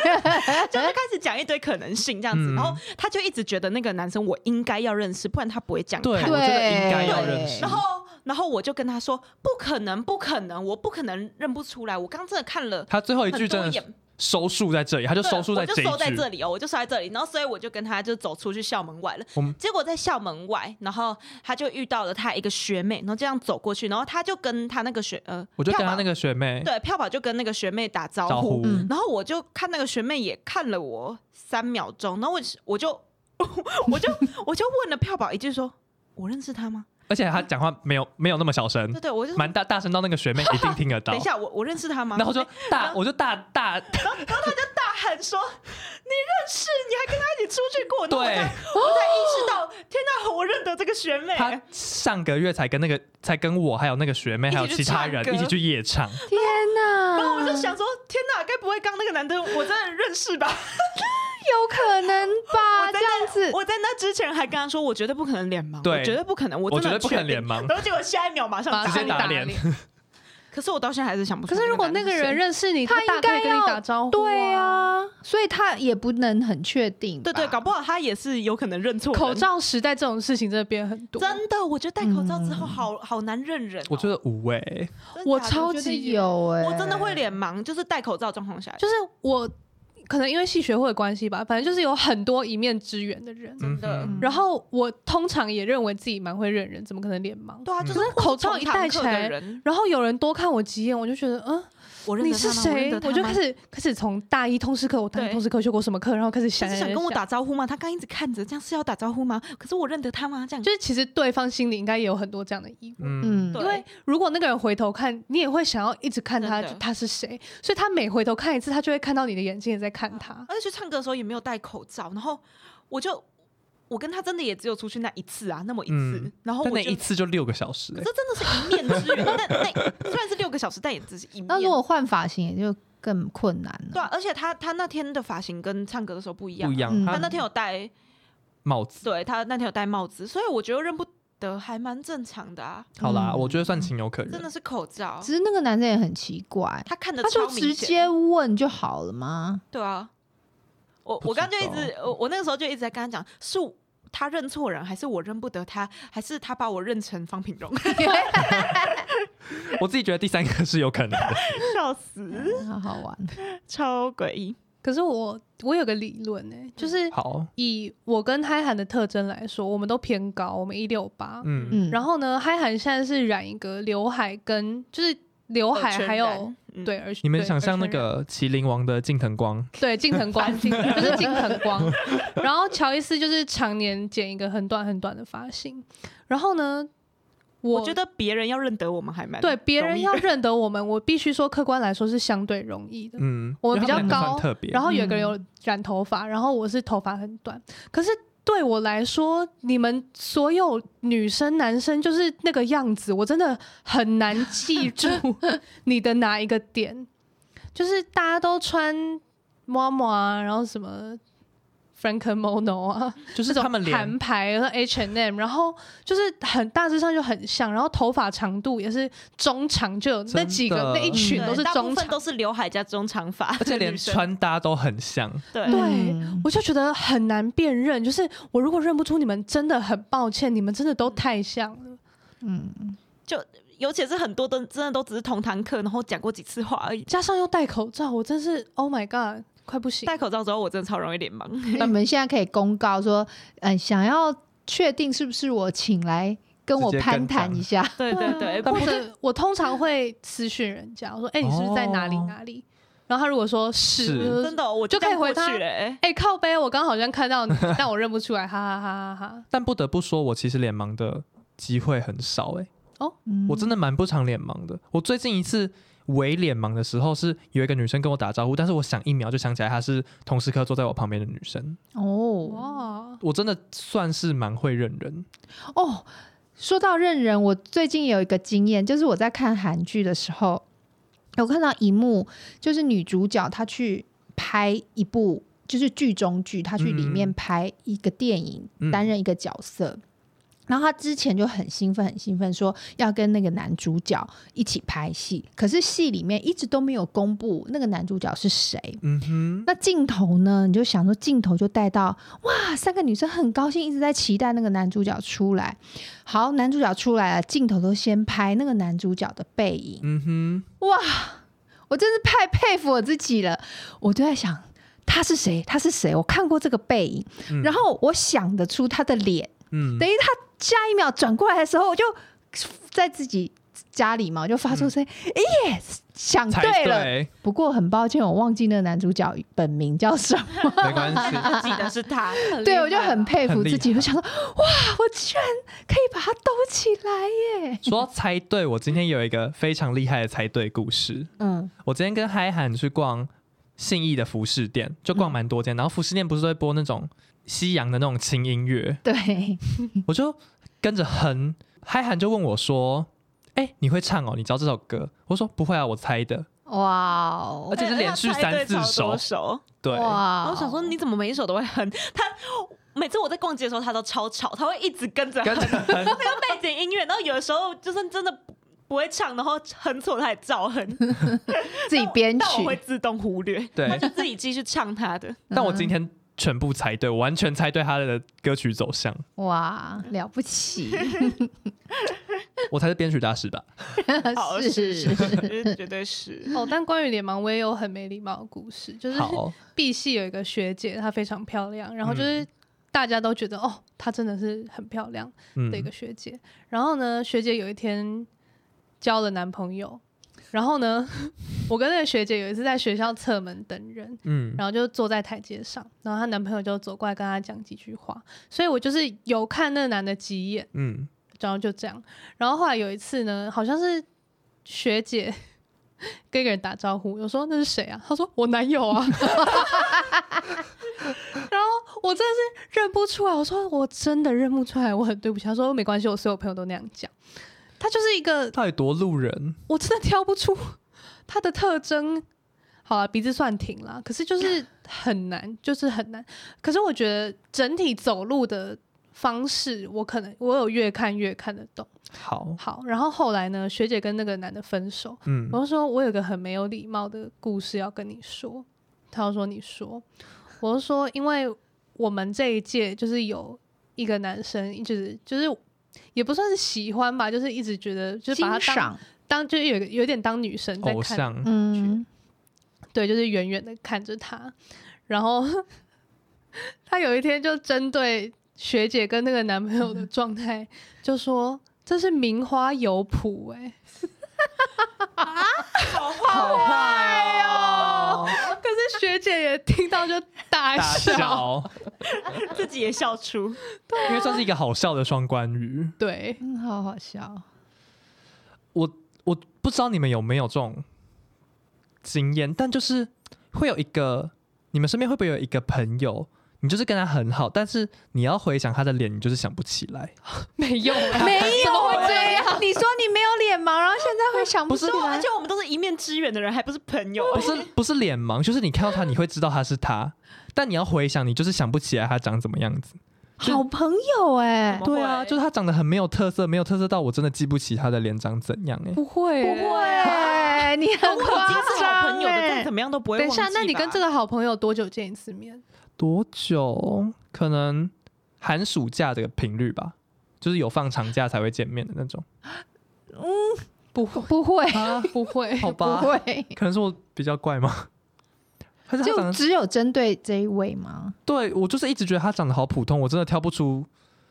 Speaker 2: 就开始讲一堆可能性这样子，
Speaker 1: 嗯
Speaker 2: 然后他就一直觉得那个男生我应该要认识，不然他不会讲
Speaker 1: 对，我
Speaker 2: 看
Speaker 1: 觉
Speaker 3: 对
Speaker 1: 得应该要认识
Speaker 2: 然。后，然后我就跟他说：“不可能，不可能，我不可能认不出来。我刚真的看了
Speaker 1: 他最后一
Speaker 2: 很
Speaker 1: 句真
Speaker 2: 多
Speaker 1: 的
Speaker 2: 眼，
Speaker 1: 收束在这里，他就
Speaker 2: 对
Speaker 1: 收束在
Speaker 2: 我就
Speaker 1: 这一
Speaker 2: 收在
Speaker 1: 句
Speaker 2: 这。里哦，我就收在这里。然后，所以我就跟他就走出去校门外了
Speaker 1: 我们。
Speaker 2: 结果在校门外，然后他就遇到了他一个学妹，然后这样走过去，然后他就跟他那个学呃，
Speaker 1: 我就跟
Speaker 2: 票
Speaker 1: 他
Speaker 2: 宝
Speaker 1: 那个学妹
Speaker 2: 对票宝就跟那个学妹打招
Speaker 1: 招呼，
Speaker 3: 嗯
Speaker 2: 然后我就看那个学妹也看了我三秒钟，然后我我就我就我就问了票宝一句说：“我认识他吗？”
Speaker 1: 而且他讲话没有没有那么小声
Speaker 2: 对，对，我就
Speaker 1: 嗯
Speaker 2: 说
Speaker 1: 蛮大大声到那个学妹一定听得到
Speaker 2: 等一。下，我我认识他吗？
Speaker 1: 然后就大，我就大大，
Speaker 2: 大喊说：“你认识？你还跟他一起出去过？”
Speaker 1: 对
Speaker 2: 然后我才我才意识到，天哪，我认得这个学妹。
Speaker 1: 他上个月才跟那个，才跟我还有那个学妹还有
Speaker 2: 一起去
Speaker 1: 其他
Speaker 2: 唱
Speaker 1: 人
Speaker 2: 歌
Speaker 1: 一起去夜唱，
Speaker 3: 天哪，
Speaker 2: 然后我就想说：“天哪，该不会刚那个男的我真的认识 吧
Speaker 3: 有可能
Speaker 2: 我
Speaker 3: 吧，这
Speaker 2: 在
Speaker 3: 样？”子，
Speaker 2: 我在啊那之前还跟他说：“我绝对不可能脸盲，
Speaker 1: 对
Speaker 2: 我绝对不可能，我
Speaker 1: 我
Speaker 2: 真的
Speaker 1: 绝对不
Speaker 2: 很
Speaker 1: 可能
Speaker 2: 确定
Speaker 1: 脸盲
Speaker 2: 然后结果下一秒马上
Speaker 4: 马
Speaker 2: 打
Speaker 1: 直接
Speaker 4: 上
Speaker 2: 你
Speaker 1: 打脸
Speaker 4: 脸。
Speaker 2: 可是我到现在还是想不出。
Speaker 4: 可是如果那个人，认识你，
Speaker 3: 他
Speaker 4: 大
Speaker 3: 应
Speaker 4: 可
Speaker 3: 该
Speaker 4: 以跟你
Speaker 3: 要
Speaker 4: 打招呼、
Speaker 3: 对，啊，所以他也不能很确定吧，
Speaker 2: 对
Speaker 1: 啊
Speaker 2: 对，搞不好他也是有可能认错人
Speaker 4: 口。罩时代这种事情真的变很多。
Speaker 2: 真的，我觉得戴口罩之后好好难认人哦。
Speaker 1: 嗯我觉得无味。
Speaker 2: 真的
Speaker 4: 我
Speaker 2: 假的
Speaker 4: 超
Speaker 3: 超
Speaker 4: 我觉得
Speaker 3: 级
Speaker 4: 也
Speaker 3: 有哎，
Speaker 2: 我真的会脸盲，就是戴口罩状况下，
Speaker 4: 就是我可能因为系学会的关系吧，反正就是有很多一面之缘的人。
Speaker 2: 真的
Speaker 1: 嗯哼
Speaker 4: 然后我通常也认为自己蛮会认人，怎么可能脸盲？
Speaker 2: 对啊，
Speaker 1: 嗯
Speaker 2: 就是
Speaker 4: 可是
Speaker 2: 或
Speaker 4: 口
Speaker 2: 从
Speaker 4: 罩一
Speaker 2: 堂
Speaker 4: 戴
Speaker 2: 客
Speaker 4: 起
Speaker 2: 的
Speaker 4: 来
Speaker 2: 人
Speaker 4: 然后有人多看我几眼，我就觉得，嗯，
Speaker 2: 我认
Speaker 4: 你
Speaker 2: 得他
Speaker 4: 是
Speaker 2: 吗
Speaker 4: 谁？我
Speaker 2: 认得他
Speaker 4: 就开。
Speaker 2: 吗
Speaker 4: 始开始从大一通识课，我大一
Speaker 2: 对
Speaker 4: 通识课修过什么课，然后开始
Speaker 2: 他
Speaker 4: 想
Speaker 2: 是想
Speaker 4: 想
Speaker 2: 跟我，打招呼吗？他刚一直看着，这样是要打招呼吗？可是我认得他吗？这样
Speaker 4: 就是其实对方心里应该也有很多这样的疑问。
Speaker 1: 嗯，
Speaker 3: 嗯
Speaker 2: 对
Speaker 4: 因为如果那个人回头看，你也会想要一直看他
Speaker 2: 真的
Speaker 4: 他是谁，所以他每回头看一次，他就会看到你的眼睛也在看 他。
Speaker 2: 而且去唱歌的时候也没有戴口罩，然后我就我跟他真的也只有出去那一次啊，那么一次，
Speaker 1: 嗯
Speaker 2: 然后
Speaker 1: 但
Speaker 2: 我
Speaker 1: 那
Speaker 2: 就
Speaker 1: 一次就六个小时
Speaker 2: 可
Speaker 1: 欸
Speaker 2: 是，真的是一面之缘。那那虽然是六个小时，但也只是一面。
Speaker 3: 那如果换发型，也就更困难
Speaker 2: 对、
Speaker 3: 了。
Speaker 2: 啊，而且他他那天的发型跟唱歌的时候不一样，
Speaker 1: 不一样啊
Speaker 3: 嗯。
Speaker 2: 他
Speaker 1: 他
Speaker 2: 那天有戴，
Speaker 1: 帽子，
Speaker 2: 对他那天有戴帽子，所以我觉得认不得还蛮正常的啊，
Speaker 1: 好啦，
Speaker 3: 嗯
Speaker 1: 我觉得算情有可
Speaker 2: 真的
Speaker 1: 原。
Speaker 2: 是口罩。
Speaker 3: 只是那个男生也很奇怪，
Speaker 2: 他看的
Speaker 3: 他就直接问就好了嘛。
Speaker 2: 对啊，我
Speaker 1: 不
Speaker 2: 我刚就
Speaker 1: 知
Speaker 2: 一
Speaker 1: 道
Speaker 2: 直我我那个时候就一直在跟他讲，是他认错人，还是我认不得他，还是他把我认成方品荣？
Speaker 1: 我自己觉得第三个是有可能 的，
Speaker 2: 笑死，
Speaker 3: 好好玩，
Speaker 2: 超诡异。
Speaker 4: 可是我我有个理论呢、
Speaker 2: 嗯
Speaker 4: 就是
Speaker 1: 好，
Speaker 4: 以我跟嗨涵的特征来说，我们都偏高，我们一六八。
Speaker 1: 嗯，
Speaker 3: 嗯，
Speaker 4: 然
Speaker 3: 后
Speaker 4: 后呢，嗨涵现在是染一个刘海跟就是刘海还有对，而
Speaker 1: 嗯你们
Speaker 4: 对
Speaker 1: 想
Speaker 4: 耳
Speaker 1: 象那
Speaker 4: 圈染
Speaker 1: 个麒麟王的近藤光，
Speaker 4: 对近藤光，近藤 就是近藤 光。然后乔伊斯就是常年剪一个很短很短的发型。然后呢，
Speaker 2: 我
Speaker 4: 我
Speaker 2: 觉得别人要认得我们还蛮
Speaker 4: 对别
Speaker 2: 容
Speaker 4: 人
Speaker 2: 易
Speaker 4: 要
Speaker 2: 的
Speaker 4: 认得我们，我必须说客观来说是相对容易的。
Speaker 1: 嗯，
Speaker 4: 我们
Speaker 1: 因为他
Speaker 4: 比较
Speaker 1: 两个
Speaker 4: 高
Speaker 1: 算特别，
Speaker 4: 然后有一个人有
Speaker 3: 嗯
Speaker 4: 染头发，然后我是头发很短，可是。对我来说，你们所有女生、男生就是那个样子，我真的很难记住 你的哪一个点。就是大家都穿摸摸啊，然后什么 Frank Mono 啊，
Speaker 1: 就是
Speaker 4: 这
Speaker 1: 他
Speaker 4: 种
Speaker 1: 们连
Speaker 4: 韩牌和 H and M，然后就是很大致上就很像，然后头发长度也是中长，就有那几
Speaker 1: 真
Speaker 4: 个
Speaker 1: 的
Speaker 4: 那一群
Speaker 2: 对
Speaker 4: 都是
Speaker 2: 大部
Speaker 4: 中
Speaker 2: 分
Speaker 4: 长
Speaker 2: 都，是刘海加中长发，
Speaker 1: 而且连
Speaker 2: 女生
Speaker 1: 穿搭都很像，
Speaker 3: 嗯
Speaker 2: 对
Speaker 4: 对我就觉得很难辨认。就是我如果认不出你们，真的很抱歉，你们真的都太像了。
Speaker 3: 嗯，
Speaker 2: 尤其是很多都真的都只是同堂课，然后讲过几次话而已。
Speaker 4: 加上又戴口罩，我真是 Oh my God，快不行！
Speaker 2: 戴口罩之后，我真的超容易脸盲。
Speaker 3: 呃那你们现在可以公告说，嗯，想要确定是不是我请来跟我
Speaker 1: 直接
Speaker 3: 攀
Speaker 1: 跟
Speaker 3: 谈
Speaker 1: 讲
Speaker 3: 一下。
Speaker 2: 对对对，啊
Speaker 1: 但
Speaker 2: 不
Speaker 4: 或
Speaker 1: 不
Speaker 4: 者我通常会私讯人家，我说：“哎、你是不是在哪里
Speaker 1: 哦
Speaker 4: 哪里？”然后他如果说是，
Speaker 1: 是
Speaker 4: 我 就
Speaker 2: 真的哦、我
Speaker 4: 就可以
Speaker 2: 这样
Speaker 4: 回
Speaker 2: 过
Speaker 4: 他
Speaker 2: 去了、欸。
Speaker 4: 哎、靠背，我刚好像看到你，但我认不出来，哈哈哈哈哈。
Speaker 1: 但不得不说，我其实脸盲的机会很少哎、
Speaker 3: 嗯
Speaker 1: 我真的蛮不常脸盲的。我最近一次伪脸盲的时候，是有一个女生跟我打招呼，但是我想一秒就想起来她是同时科坐在我旁边的女生。
Speaker 3: 哦
Speaker 4: 哇，
Speaker 1: 我真的算是蛮会认人，
Speaker 3: 哦，说到认人，我最近有一个经验，就是我在看韩剧的时候，有看到一幕，就是女主角她去拍一部就是剧中剧，她去里
Speaker 1: 嗯嗯
Speaker 3: 面
Speaker 1: 嗯
Speaker 3: 拍一个电影，
Speaker 1: 嗯
Speaker 3: 担任一个角色。然后她之前就很兴奋，很兴奋，说要跟那个男主角一起拍戏。可是戏里面一直都没有公布那个男主角是谁。
Speaker 1: 嗯哼，
Speaker 3: 那镜头呢？你就想说镜头就带到哇，三个女生很高兴，一直在期待那个男主角出来。好，男主角出来了，镜头都先拍那个男主角的背影。
Speaker 1: 嗯
Speaker 3: 哇，我真是太佩服我自己了。我就在想他是谁？他是谁？我看过这个背影，
Speaker 1: 哼，嗯
Speaker 3: 然后我想得出他的脸。
Speaker 1: 嗯
Speaker 3: 等于他下一秒转过来的时候，我就在自己家里嘛，我就发出声音、yes，想
Speaker 1: 嗯猜
Speaker 3: 对了。
Speaker 1: 对，
Speaker 3: 不过很抱歉，我忘记那个男主角本名叫什么。
Speaker 1: 没关系，
Speaker 4: 啊
Speaker 2: 记得是他，
Speaker 3: 对，我就很佩服
Speaker 1: 很厉
Speaker 3: 自己，
Speaker 1: 害
Speaker 3: 我想说，哇，我居然可以把它兜起来耶！
Speaker 1: 说到猜对，我今天有一个非常厉害的猜对故事。
Speaker 3: 嗯，
Speaker 1: 我今天跟嗨韩去逛信义的服饰店，就
Speaker 3: 嗯
Speaker 1: 逛蛮多间，然后服饰店不是都会播那种西洋的那种轻音乐，
Speaker 3: 对，
Speaker 1: 我就跟着哼。嗨韩就问我说：“哎、你会唱哦？你知道这首歌？”我说：“不会啊，我猜的。
Speaker 3: 哇哦
Speaker 1: 而且是连续
Speaker 2: 哎他猜 对
Speaker 1: 三四
Speaker 2: 超
Speaker 1: 首
Speaker 2: 多首。”
Speaker 1: 对，
Speaker 3: 哇哦
Speaker 2: 然后我想说，你怎么每一首都会哼？他每次我在逛街的时候，他都超吵，他会一直跟着哼
Speaker 1: 跟着哼
Speaker 2: 那个背景音乐，然后有的时候就是真的不不会唱，然后哼错他也照哼，
Speaker 3: 自己编
Speaker 2: 但我会
Speaker 3: 曲，
Speaker 2: 自动忽略，他
Speaker 1: 对。
Speaker 2: 就自己继续唱他的。
Speaker 1: 但我今天全部猜对，我完全猜对他的歌曲走向。
Speaker 3: 哇，了不起，
Speaker 1: 我才是编曲大师吧？
Speaker 2: 好
Speaker 3: 是
Speaker 2: 是是
Speaker 3: 是是，
Speaker 2: 是，绝对是。
Speaker 4: 哦，但关于脸盲，我也有很没礼貌的故事，就是
Speaker 1: 好，哦
Speaker 4: B 系有一个学姐，她非常漂亮，然后就是大家都觉得、哦，她真的是很漂亮
Speaker 1: 嗯
Speaker 4: 的一个学姐。然后呢，学姐有一天交了男朋友，然后呢， 我跟那个学姐有一次在学校侧门等人，
Speaker 1: 嗯，
Speaker 4: 然后就坐在台阶上，然后她男朋友就走过来跟她讲几句话，所以我就是有看那个男的几眼，
Speaker 1: 嗯，
Speaker 4: 然后就这样。然后后来有一次呢，好像是学姐 跟一个人打招呼，我说那是谁啊？他说我男友啊。 然后我真的是认不出来，我说我真的认不出来，我很对不起。他说没关系，我所有朋友都那样讲。他就是一个
Speaker 1: 到底多路人？
Speaker 4: 我真的挑不出他的特征。好啊，鼻子算挺啦，可是就是很难，就是很难。可是我觉得整体走路的方式，我可能我有越看越看得懂。
Speaker 1: 好，
Speaker 4: 好，然后后来呢，学姐跟那个男的分手，
Speaker 1: 嗯
Speaker 4: 我就说我有个很没有礼貌的故事要跟你说。他就说你说，我就说因为我们这一届就是有一个男生一直就是也不算是喜欢吧，就是一直觉得就是把
Speaker 3: 欣
Speaker 4: 他当
Speaker 3: 赏，
Speaker 4: 当就是有有点当女生在
Speaker 1: 偶
Speaker 4: 看，
Speaker 1: 像，
Speaker 3: 嗯，
Speaker 4: 对，就是远远的看着他，然后 他有一天就针对学姐跟那个男朋友
Speaker 1: 嗯
Speaker 4: 的状态，就说这是名花有谱哎、
Speaker 2: 好坏哦，
Speaker 4: 可是 学姐也听到就大
Speaker 1: 大
Speaker 4: 笑，
Speaker 1: 笑，
Speaker 2: 自己也笑出。
Speaker 1: 因为算是一个好笑的双关语。
Speaker 4: 对，
Speaker 3: 嗯好好笑，
Speaker 1: 我不知道你们有没有这种经验，但就是会有一个，你们身边会不会有一个朋友，你就是跟他很好，但是你要回想他的脸，你就是想不起来。
Speaker 4: 没用啊，
Speaker 3: 没
Speaker 4: 怎么
Speaker 3: 有哎
Speaker 4: 会这样？
Speaker 3: 样，你说你没有脸盲，然后现在会想啊
Speaker 1: 不
Speaker 3: 出
Speaker 1: 是
Speaker 2: 而
Speaker 3: 来
Speaker 2: 且，我们都是一面之缘的人，还不是朋友。欸
Speaker 1: 不是不是脸盲，就是你看到他，你会知道他是他，但你要回想，你就是想不起来他长怎么样子。
Speaker 3: 好朋友哎
Speaker 2: 怎，么会
Speaker 1: 对啊，就是他长得很没有特色，没有特色到我真的记不起他的脸长怎样哎、
Speaker 4: 不会、
Speaker 3: 不会欸，你很
Speaker 2: 我已经
Speaker 3: 夸
Speaker 2: 是好朋
Speaker 3: 张
Speaker 2: 友了，
Speaker 3: 哎
Speaker 2: 再怎。么样都不会
Speaker 4: 等
Speaker 2: 忘
Speaker 4: 一
Speaker 2: 记吧。
Speaker 4: 下，那你跟这个好朋友多久见一次面？
Speaker 1: 多久？可能寒暑假这个频率吧，就是有放长假才会见面的那 种。
Speaker 4: 不会，
Speaker 3: 不会，
Speaker 1: 啊，
Speaker 4: 不会，
Speaker 1: 好
Speaker 3: 不
Speaker 1: 吧，
Speaker 3: 会，
Speaker 1: 可能是我比较怪 吗？还是他长
Speaker 3: 就
Speaker 1: 得
Speaker 3: 只有针对这一位吗？
Speaker 1: 对我就是一直觉得他长得好普通，我真的挑不出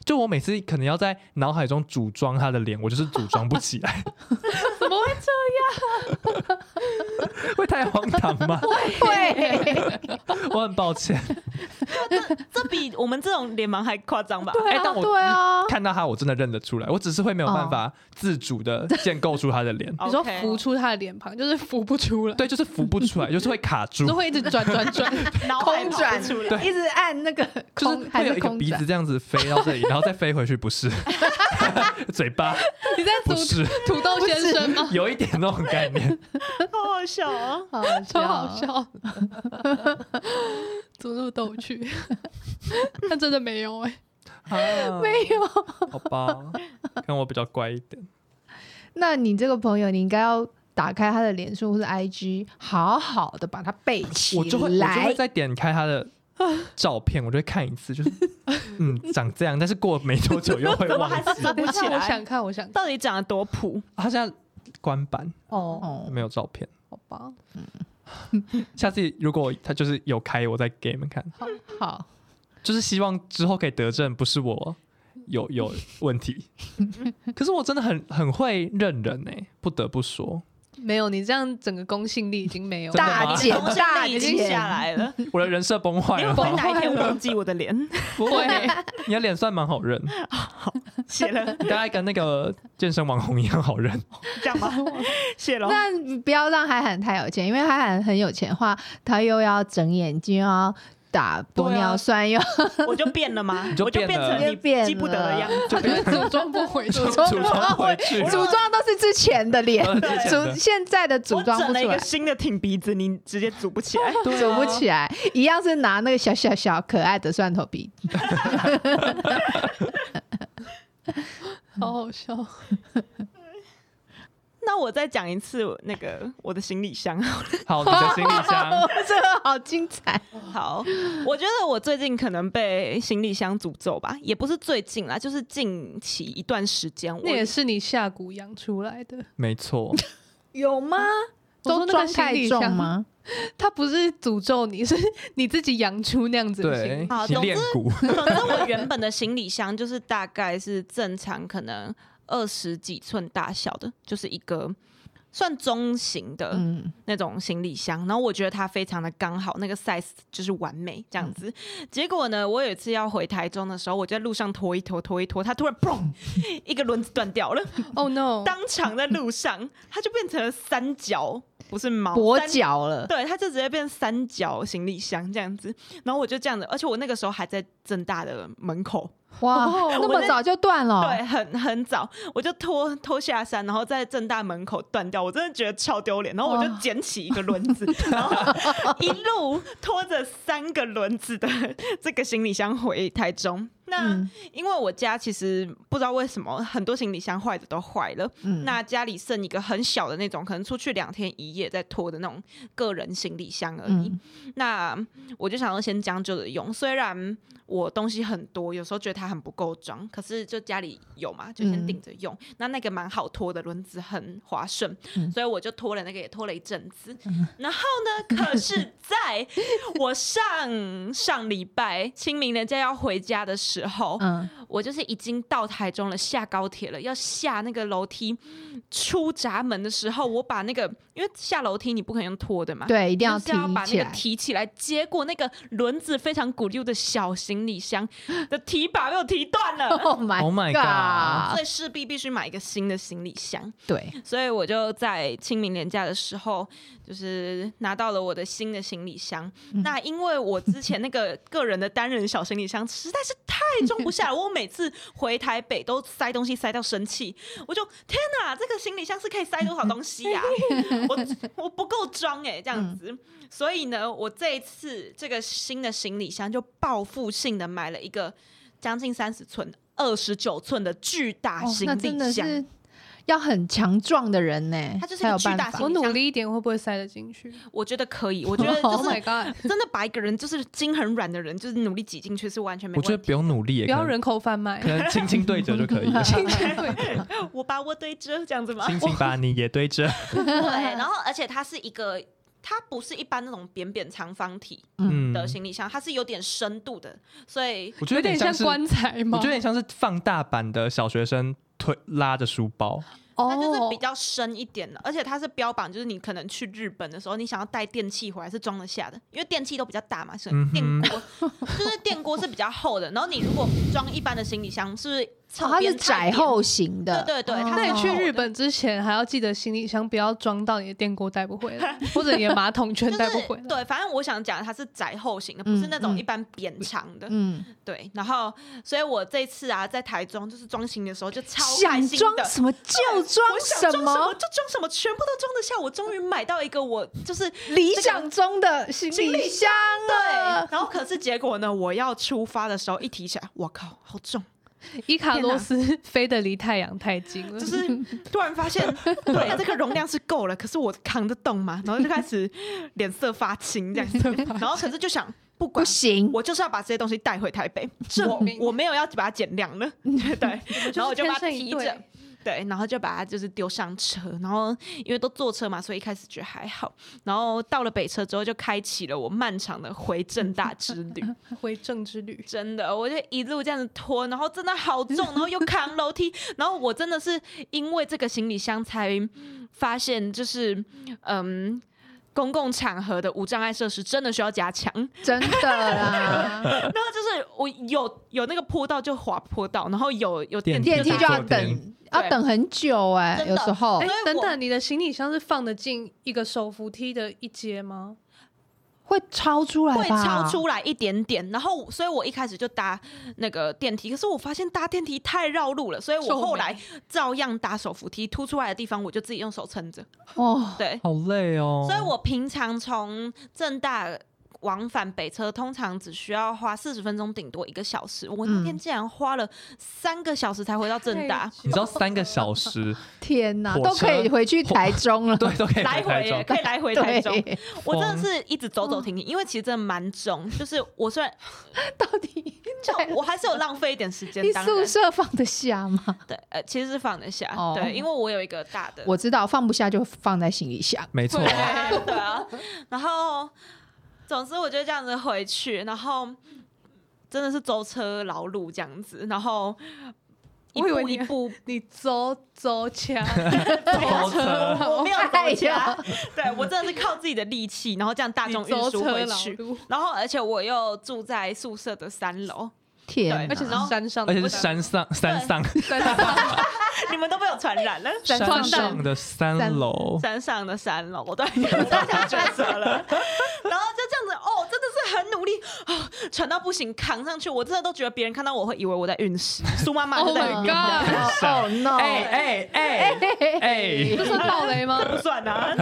Speaker 1: 就我每次可能要在脑海中组装他的脸，我就是组装不起来，
Speaker 4: 怎么会这样？
Speaker 1: 会太荒唐 吗？
Speaker 3: 啊对，啊
Speaker 1: 我很抱歉。
Speaker 2: 这比我们这种脸盲还夸张吧？
Speaker 1: 哎、但我
Speaker 3: 对啊，哦
Speaker 1: 看到他，我真的认得出来，我只是会没有办法自主的建构出他的脸，
Speaker 4: 你说
Speaker 2: OK
Speaker 4: 浮出他的脸庞，就是浮不出来，
Speaker 1: 对，就是浮不出来，就是会卡 住
Speaker 4: 都，会一直转转转。
Speaker 2: 脑海
Speaker 3: 空
Speaker 2: 跑
Speaker 3: 转
Speaker 2: 不出来，
Speaker 1: 对
Speaker 3: 一直按那个
Speaker 1: 就是
Speaker 3: 空还
Speaker 1: 会有
Speaker 3: 是
Speaker 1: 一个
Speaker 3: 空
Speaker 1: 鼻子
Speaker 3: 转，
Speaker 1: 这样子飞到这里，然后再飞回去，不是？ 嘴巴
Speaker 4: 啊你在
Speaker 1: 不
Speaker 4: 读
Speaker 1: 是，
Speaker 4: 土豆先生吗？
Speaker 1: 有一点那种概念。
Speaker 2: 好好笑哦。
Speaker 3: 好
Speaker 4: 超好，笑， 怎么那么逗趣？ 他真的没有 哎、
Speaker 1: 啊、
Speaker 3: 没有。
Speaker 1: 好吧，可能我比较乖一点。
Speaker 3: 那你这个朋友，你应该要打开他的脸书或者 IG，好好的把它背起来。
Speaker 1: 我就会我就会再点开他的照片，我就会看一次， 就是嗯长这样，但是过没多久又会
Speaker 2: 怎么
Speaker 1: 忘
Speaker 2: 还是
Speaker 1: 记
Speaker 2: 找。
Speaker 4: 等
Speaker 2: 不
Speaker 4: 一
Speaker 2: 起
Speaker 4: 下，我
Speaker 2: 来
Speaker 4: 想？看，我想看。
Speaker 2: 到底长得多普？
Speaker 1: 他现在关版
Speaker 4: 哦，
Speaker 3: 哦
Speaker 1: 没有照片，
Speaker 4: 好吧，
Speaker 1: 下次如果他就是有开，我再给你们看。
Speaker 3: 好，
Speaker 1: 就是希望之后可以得证，不是我有有问 题。可是我真的很很会认人呢、不得不说，
Speaker 4: 没有你这样整个公信力已经没有
Speaker 1: 真的吗
Speaker 4: 了。
Speaker 3: 大减
Speaker 2: 同性
Speaker 3: 大
Speaker 2: 恋已经
Speaker 3: 减
Speaker 2: 下来了，
Speaker 1: 我的人设崩坏
Speaker 2: 因为
Speaker 1: 了
Speaker 2: 我会
Speaker 1: 吗。
Speaker 2: 哪一天忘记我的脸，
Speaker 1: 不会，你的脸算蛮好认，
Speaker 2: 谢了，
Speaker 1: 你大概跟那个健身网红一样好认。
Speaker 2: 这样吧，谢了。
Speaker 3: 那你不要让海涵太有钱，因为海涵很有钱的话，他又要整眼睛，又要打玻尿酸，又
Speaker 2: 我就变了吗？
Speaker 1: 你就
Speaker 2: 我就
Speaker 1: 变
Speaker 2: 变
Speaker 1: 了
Speaker 2: 成
Speaker 3: 你就变
Speaker 2: 你记不得的
Speaker 3: 了
Speaker 2: 样子。
Speaker 1: 就变
Speaker 4: 组装不回去，
Speaker 1: 组
Speaker 3: 装
Speaker 1: 装回去了，
Speaker 3: 组装都是之前的脸，
Speaker 1: 呃之前
Speaker 3: 组
Speaker 1: 的
Speaker 3: 现在的组
Speaker 2: 我
Speaker 3: 装
Speaker 2: 整
Speaker 3: 不
Speaker 2: 了一
Speaker 3: 出
Speaker 2: 个
Speaker 3: 来。
Speaker 2: 新的挺鼻子，你直接组不起来。
Speaker 1: 对啊
Speaker 3: 组不起来，一样是拿那个小小小可爱的蒜头鼻。
Speaker 4: 好好笑。
Speaker 2: 那我再讲一次那个我的行李箱。
Speaker 1: 好，你的行李箱
Speaker 3: 这个好精彩！
Speaker 2: 好，我觉得我最近可能被行李箱诅咒吧，也不是最近啦，就是近期一段时间，我
Speaker 4: 那也是你下蛊养出来的。
Speaker 1: 没错，
Speaker 3: 有吗？
Speaker 4: 我说
Speaker 3: 都
Speaker 4: 那个
Speaker 3: 装
Speaker 4: 行
Speaker 3: 太
Speaker 4: 李
Speaker 3: 重
Speaker 4: 箱
Speaker 3: 吗？
Speaker 4: 他不是诅咒你，是你自己养出那样子的
Speaker 1: 对
Speaker 4: 心。
Speaker 2: 好，
Speaker 1: 你
Speaker 2: 总之
Speaker 1: 练骨，
Speaker 2: 总之，我原本的行李箱就是大概是正常可能二十几寸大小的，就是一个算中型的
Speaker 3: 嗯，
Speaker 2: 那种行李箱。然后我觉得它非常的刚好，那个 size 就是完美这样子。结果呢，我有一次要回台中的时候，我就在路上拖一拖，拖一拖，它突然砰，一个轮子断掉了，
Speaker 4: Oh no！
Speaker 2: 当场在路上，它就变成了三角，不是毛，
Speaker 3: 跛
Speaker 2: 三
Speaker 3: 脚了。
Speaker 2: 对，它就直接变三角行李箱这样子，然后我就这样子，而且我那个时候还在正大的门口，
Speaker 3: 哇，
Speaker 4: 哦
Speaker 3: 那么早就断了？
Speaker 2: 对，很很早，我就拖拖下山，然后在正大门口断掉，我真的觉得超丢脸。然后我就
Speaker 3: 哇
Speaker 2: 捡起一个轮 子，然后一路拖着三个轮子的这个行李箱回台中。那、
Speaker 3: 嗯
Speaker 2: 因为我家其实不知道为什么很多行李箱坏的都坏了，
Speaker 3: 嗯
Speaker 2: 那家里剩一个很小的那种，可能出去两天一夜再拖的那种个人行李箱而已。
Speaker 3: 嗯
Speaker 2: 那我就想要先将就着用，虽然我东西很多，有时候觉得它很不够装，可是就家里有嘛，就先
Speaker 3: 嗯
Speaker 2: 顶着用。那那个蛮好拖的，轮子很滑顺，
Speaker 3: 嗯
Speaker 2: 所以我就拖了那个，也拖了一阵子。然后呢，可是在我上上礼拜清明人家要回家的时候，
Speaker 3: 嗯，
Speaker 2: 我就是已经到台中了，下高铁了，要下那个楼梯出闸门的时候，我把那个因为下楼梯你不可能用拖的嘛，
Speaker 3: 对，一定
Speaker 2: 啊就是
Speaker 3: 提
Speaker 2: 要把
Speaker 3: 起
Speaker 2: 那个
Speaker 3: 来。
Speaker 2: 提起来，结果那个轮子非常鼓溜的小行李箱 的提把被我提断了，
Speaker 3: Oh my
Speaker 1: Oh my
Speaker 3: god！
Speaker 2: 所以势必必须买一个新的行李箱。
Speaker 3: 对，
Speaker 2: 所以我就在清明年假的时候，就是拿到了我的新的行李箱。
Speaker 3: 嗯
Speaker 2: 那因为我之前那 个个人的单人小行李箱实在是太装不下了，我每次回台北都塞东西塞到生气，我就天哪，这个行李箱是可以塞多少东西呀、 我我不够装哎、这
Speaker 3: 嗯
Speaker 2: 样子。所以呢，我这一次这个新的行李箱就报复性的买了一个将近三十寸。二十九寸的巨大
Speaker 3: 哦
Speaker 2: 行
Speaker 3: 那真
Speaker 2: 李
Speaker 3: 的
Speaker 2: 箱，
Speaker 3: 是要很强壮的人呢，
Speaker 2: 它就是
Speaker 3: 才
Speaker 2: 一个
Speaker 3: 有
Speaker 2: 巨
Speaker 3: 办
Speaker 2: 大
Speaker 3: 法
Speaker 2: 型
Speaker 4: 我努力一点，会不会塞得进去
Speaker 2: 我觉得可以，我觉得
Speaker 4: ？Oh
Speaker 2: 就
Speaker 4: my
Speaker 2: 是
Speaker 4: god！
Speaker 2: 真的把一个人就是筋很软的人，就是努力挤进去是完全没
Speaker 1: 我觉得
Speaker 2: 问题。
Speaker 1: 不用努力耶，可
Speaker 4: 不要
Speaker 1: 能
Speaker 4: 人口贩卖
Speaker 1: 可。能轻轻对折就可以了，
Speaker 4: 轻轻对，
Speaker 2: 我把我对折这样子吗？
Speaker 1: 轻轻把你也对折。
Speaker 2: 对，然后而且它是一个它不是一般那种扁扁长方体
Speaker 1: 嗯，
Speaker 2: 的行李箱，它是有点深度的，所以
Speaker 1: 我觉得
Speaker 4: 有
Speaker 1: 有点
Speaker 4: 点像
Speaker 1: 是，
Speaker 4: 棺材
Speaker 1: 我
Speaker 4: 吗？
Speaker 1: 觉得有点像是放大版的小学生推拉着书包，
Speaker 2: 它就是
Speaker 4: 哦
Speaker 2: 比，较深一点的，而且它是标榜就是你可能去日本的时候，你想要带电器回来是装得下的，因为电器都比较大嘛，所以
Speaker 1: 嗯哼
Speaker 2: 电锅、就是电锅是比较厚的，然后你如果装一般的行李箱，是不是
Speaker 3: 哦
Speaker 2: 侧
Speaker 3: 它是
Speaker 2: 边差一点？
Speaker 3: 窄后型的，
Speaker 2: 对对对
Speaker 3: 哦
Speaker 2: 它
Speaker 4: 那
Speaker 2: 是
Speaker 4: 你去
Speaker 2: 厚
Speaker 4: 日
Speaker 2: 的
Speaker 4: 本之前还要记得行李箱不要装到你的电锅带不回来，或者你的马桶 圈
Speaker 2: 就
Speaker 4: 带不
Speaker 2: 是
Speaker 4: 回来。
Speaker 2: 对，反正我想讲它是窄后型的，不
Speaker 3: 嗯
Speaker 2: 是那种
Speaker 3: 嗯
Speaker 2: 一般扁长的。
Speaker 3: 嗯，
Speaker 2: 对，然后所以我这次啊在台中就是装行李的时候就超开
Speaker 3: 想
Speaker 2: 心
Speaker 3: 装
Speaker 2: 的。
Speaker 3: 什么就装
Speaker 2: 我想
Speaker 3: 什
Speaker 2: 装什么
Speaker 3: 么，
Speaker 2: 就装什么，全部都装得下。我终于买到一个我 就是
Speaker 3: 理
Speaker 2: 这个
Speaker 3: 想中的行
Speaker 2: 行
Speaker 3: 李
Speaker 2: 李
Speaker 3: 箱啊
Speaker 2: 对
Speaker 3: 了，，
Speaker 2: 然后可是结果呢？我要出发的时候一提起来，我靠，好 重！
Speaker 4: 伊卡
Speaker 2: 天
Speaker 4: 洛
Speaker 2: 哪
Speaker 4: 斯 飞得离太阳太近了，
Speaker 2: 就是突然发现，对这个容量是够了，可是我扛得动吗？然后就开始脸色发青这样子，然后可是就想不
Speaker 3: 不
Speaker 2: 管。
Speaker 3: 行，
Speaker 2: 我就是要把这些东西带回台 北，
Speaker 4: 证
Speaker 2: 我
Speaker 4: 明
Speaker 2: 我没有要把它减量 了，对，然后我就把
Speaker 4: 天
Speaker 2: 它
Speaker 4: 生
Speaker 2: 提
Speaker 4: 一
Speaker 2: 着
Speaker 4: 对，，
Speaker 2: 对，然后就把它就是丢上车，然后因为都坐车嘛，所以一开始觉得还好，然后到了北车之后，就开启了我漫长的回正大之 旅。
Speaker 4: 回正之旅。
Speaker 2: 真的，我就一路这样子拖，然后真的好重，然后又扛楼梯，然后我真的是因为这个行李箱才发现，就是嗯，公共场合的无障碍设施真的需要加强。
Speaker 3: 真的啦，
Speaker 2: 然后就是我有有那个坡道就滑坡道，然后有有
Speaker 1: 电
Speaker 2: 电
Speaker 1: 梯
Speaker 3: 电梯就要
Speaker 1: 左边
Speaker 3: 等，要等很久哎，
Speaker 2: 真的
Speaker 3: 有时候
Speaker 4: 哎
Speaker 2: 所以，
Speaker 4: 等
Speaker 2: 我
Speaker 4: 等，你的行李箱是放得进一个手扶梯的一阶吗？
Speaker 3: 会超出来
Speaker 2: 会
Speaker 3: 吧，
Speaker 2: 超出来一点点，然后所以我一开始就搭那个电梯，可是我发现搭电梯太绕路了，所以我
Speaker 4: 皱
Speaker 2: 后
Speaker 4: 眉
Speaker 2: 来照样搭手扶梯，凸出来的地方我就自己用手撑着，
Speaker 3: 哦，
Speaker 2: 对。
Speaker 1: 好累哦。
Speaker 2: 所以我平常从正大往返北车，通常只需要花四十分钟，顶多一个小时。我那天
Speaker 3: 嗯
Speaker 2: 竟然花了三个小时才回到正大，
Speaker 1: 你知道三个小时，
Speaker 3: 天哪，
Speaker 1: 火
Speaker 3: 都可以
Speaker 1: 车
Speaker 3: 回去台中了，
Speaker 1: 对，都可以
Speaker 2: 来
Speaker 1: 回台
Speaker 2: 回
Speaker 1: 中
Speaker 2: 耶。可以来回台中。
Speaker 3: 对，
Speaker 2: 我真的是一直走走停
Speaker 4: 嗯
Speaker 2: 停，因为其实真的蛮 重。就是我虽然
Speaker 3: 到底
Speaker 2: 就 我还是有浪费一点时间
Speaker 3: 你，
Speaker 2: 当
Speaker 3: 宿
Speaker 2: 然
Speaker 3: 舍放得下吗？
Speaker 2: 对，呃，其实是放得下
Speaker 3: 哦，
Speaker 2: 对，因为我有一个大的，
Speaker 3: 我知道放不下就放在行李箱，
Speaker 1: 没 错，
Speaker 2: 对对啊，然后总之我就这样子回去，然后真的是舟车劳碌这样子，然后一
Speaker 4: 我以为
Speaker 2: 步
Speaker 4: 你
Speaker 2: 一步
Speaker 4: 你走走墙，
Speaker 1: 包 车
Speaker 2: 我没有
Speaker 3: 哎
Speaker 2: 回
Speaker 3: 呀
Speaker 2: 家， 对我真的是靠自己的力气，然后这样大
Speaker 4: 你
Speaker 2: 众
Speaker 4: 舟
Speaker 2: 运输
Speaker 4: 车
Speaker 2: 回
Speaker 4: 劳
Speaker 2: 去。
Speaker 4: 碌，
Speaker 2: 然后，而且我又住在宿舍的三楼，
Speaker 3: 天哪，
Speaker 2: 对
Speaker 4: 而且
Speaker 2: 然
Speaker 4: 是
Speaker 2: 后
Speaker 4: 山上的，
Speaker 1: 而且是山上山上
Speaker 4: 山 上，
Speaker 2: 你们都被我传染了。
Speaker 3: 山
Speaker 1: 山
Speaker 3: 上
Speaker 1: 上的三楼，
Speaker 2: 山上的三楼，我都已经大 家觉得了，然后就这样子，哦，真的是很努力啊，喘到不行，扛上去，我真的都觉得别人看到我会以为我在运尸。苏妈妈就
Speaker 4: Oh
Speaker 2: 在
Speaker 4: my
Speaker 2: 里
Speaker 4: god
Speaker 2: 面，
Speaker 4: 山
Speaker 3: 哦
Speaker 1: 上
Speaker 3: 哦 no，
Speaker 1: 哎哎哎 哎，
Speaker 4: 这算暴雷吗？
Speaker 2: 不算啊。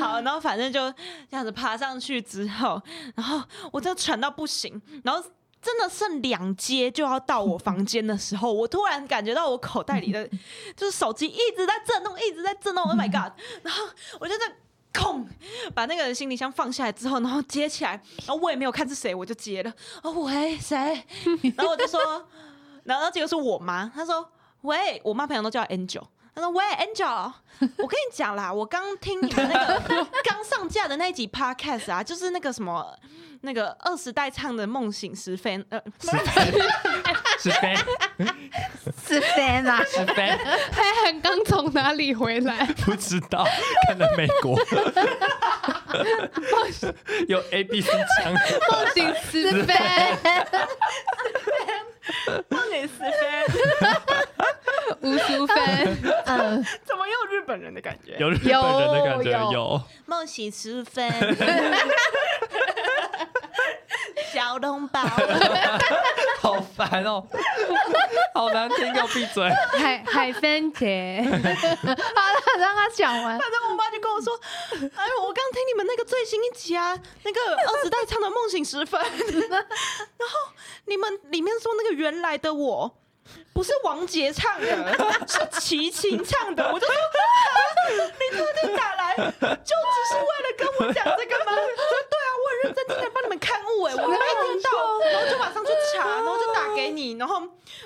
Speaker 2: 好，然后反正就这样子爬上去之后，然后我真的喘到不行，然后。真的剩两阶就要到我房间的时候，我突然感觉到我口袋里的就是手机一直在震动，一直在震动。Oh my god！然后我就在空把那个行李箱放下来之后，然后接起来，然后我也没有看是谁，我就接了。哦，喂，谁？然后我就说，然后结果是我妈，她说，喂，我妈朋友都叫 Angel。她说：“喂，Angel，我跟你讲啦，我刚听你们那个刚上架的那一集 podcast 啊，就是那个什么那个二十代唱的《梦醒时分》呃，
Speaker 1: 是飞
Speaker 3: 是 fan 啊，
Speaker 1: 是飞，
Speaker 4: 黑涵哎刚从哪里回来？
Speaker 1: 不知道看了美国， 有 A B C 枪，
Speaker 4: 梦醒时
Speaker 3: 是
Speaker 4: 分，
Speaker 3: fan，
Speaker 2: 梦醒时分，
Speaker 4: 吴淑芬，
Speaker 3: 嗯，
Speaker 2: 怎么又日本人的感觉？
Speaker 1: 有日本人的感觉，
Speaker 3: 有
Speaker 1: 有
Speaker 2: 梦醒时分， 小笼包。”
Speaker 1: 好烦哦，好难听，给我闭嘴。
Speaker 4: 海海芬 姐，
Speaker 3: 好了，让他讲完，
Speaker 2: 反正我妈就跟我说：“哎呦，我刚听你们那个最新一集啊，那个二十代唱的《梦醒时分》， 然后你们里面说那个原来的我。”不是王杰唱的，是齐秦唱的。我就说，啊你特地打来，就只是为了跟我讲这个吗？我说对啊，我很认真听在帮你们看误哎、我没听到，然后就马上去查，然后就打给你，然后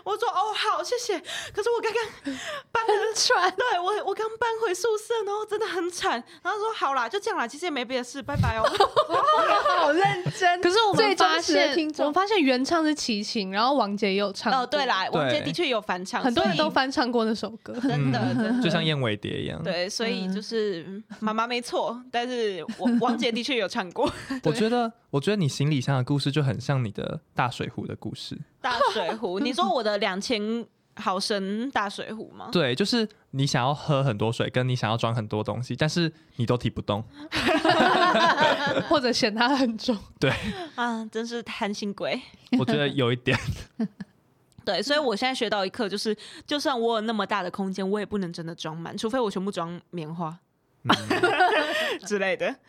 Speaker 2: 我就说哦好，谢谢。可是我刚刚搬了
Speaker 3: 传。
Speaker 2: 对我，我刚搬回宿舍，然后真的很惨。然后他说好啦，就这样啦，其实也没别的事，拜 拜哦。
Speaker 3: 好认真
Speaker 4: 可是我
Speaker 3: 最
Speaker 4: 们
Speaker 3: 忠
Speaker 4: 发
Speaker 3: 实的
Speaker 4: 现
Speaker 3: 听，众
Speaker 4: 我们发现原唱是齐秦，然后王杰也有唱。
Speaker 2: 哦，对，啦，王杰的确有返场，
Speaker 4: 很多人
Speaker 2: 所以
Speaker 4: 都翻唱过那首歌。
Speaker 2: 真的
Speaker 1: 嗯
Speaker 2: 真的
Speaker 1: 就像燕尾蝶一样。
Speaker 2: 对，所以
Speaker 4: 嗯
Speaker 2: 就是妈妈没错，但是王王杰的确有唱过
Speaker 1: 我觉得，我觉得你行李箱的故事就很像你的大水壶的故事。
Speaker 2: 大水壶。你说我的两千毫升大水壶吗？
Speaker 1: 对，就是你想要喝很多水，跟你想要装很多东西，但是你都提不动。
Speaker 4: 或者嫌它很重。
Speaker 2: 啊，真是贪心鬼。
Speaker 1: 我觉得有一 点，
Speaker 2: 对，所以我现在学到一课，就是就算我有那么大的空间，我也不能真的装满，除非我全部装棉花
Speaker 1: 嗯、
Speaker 2: 之类的。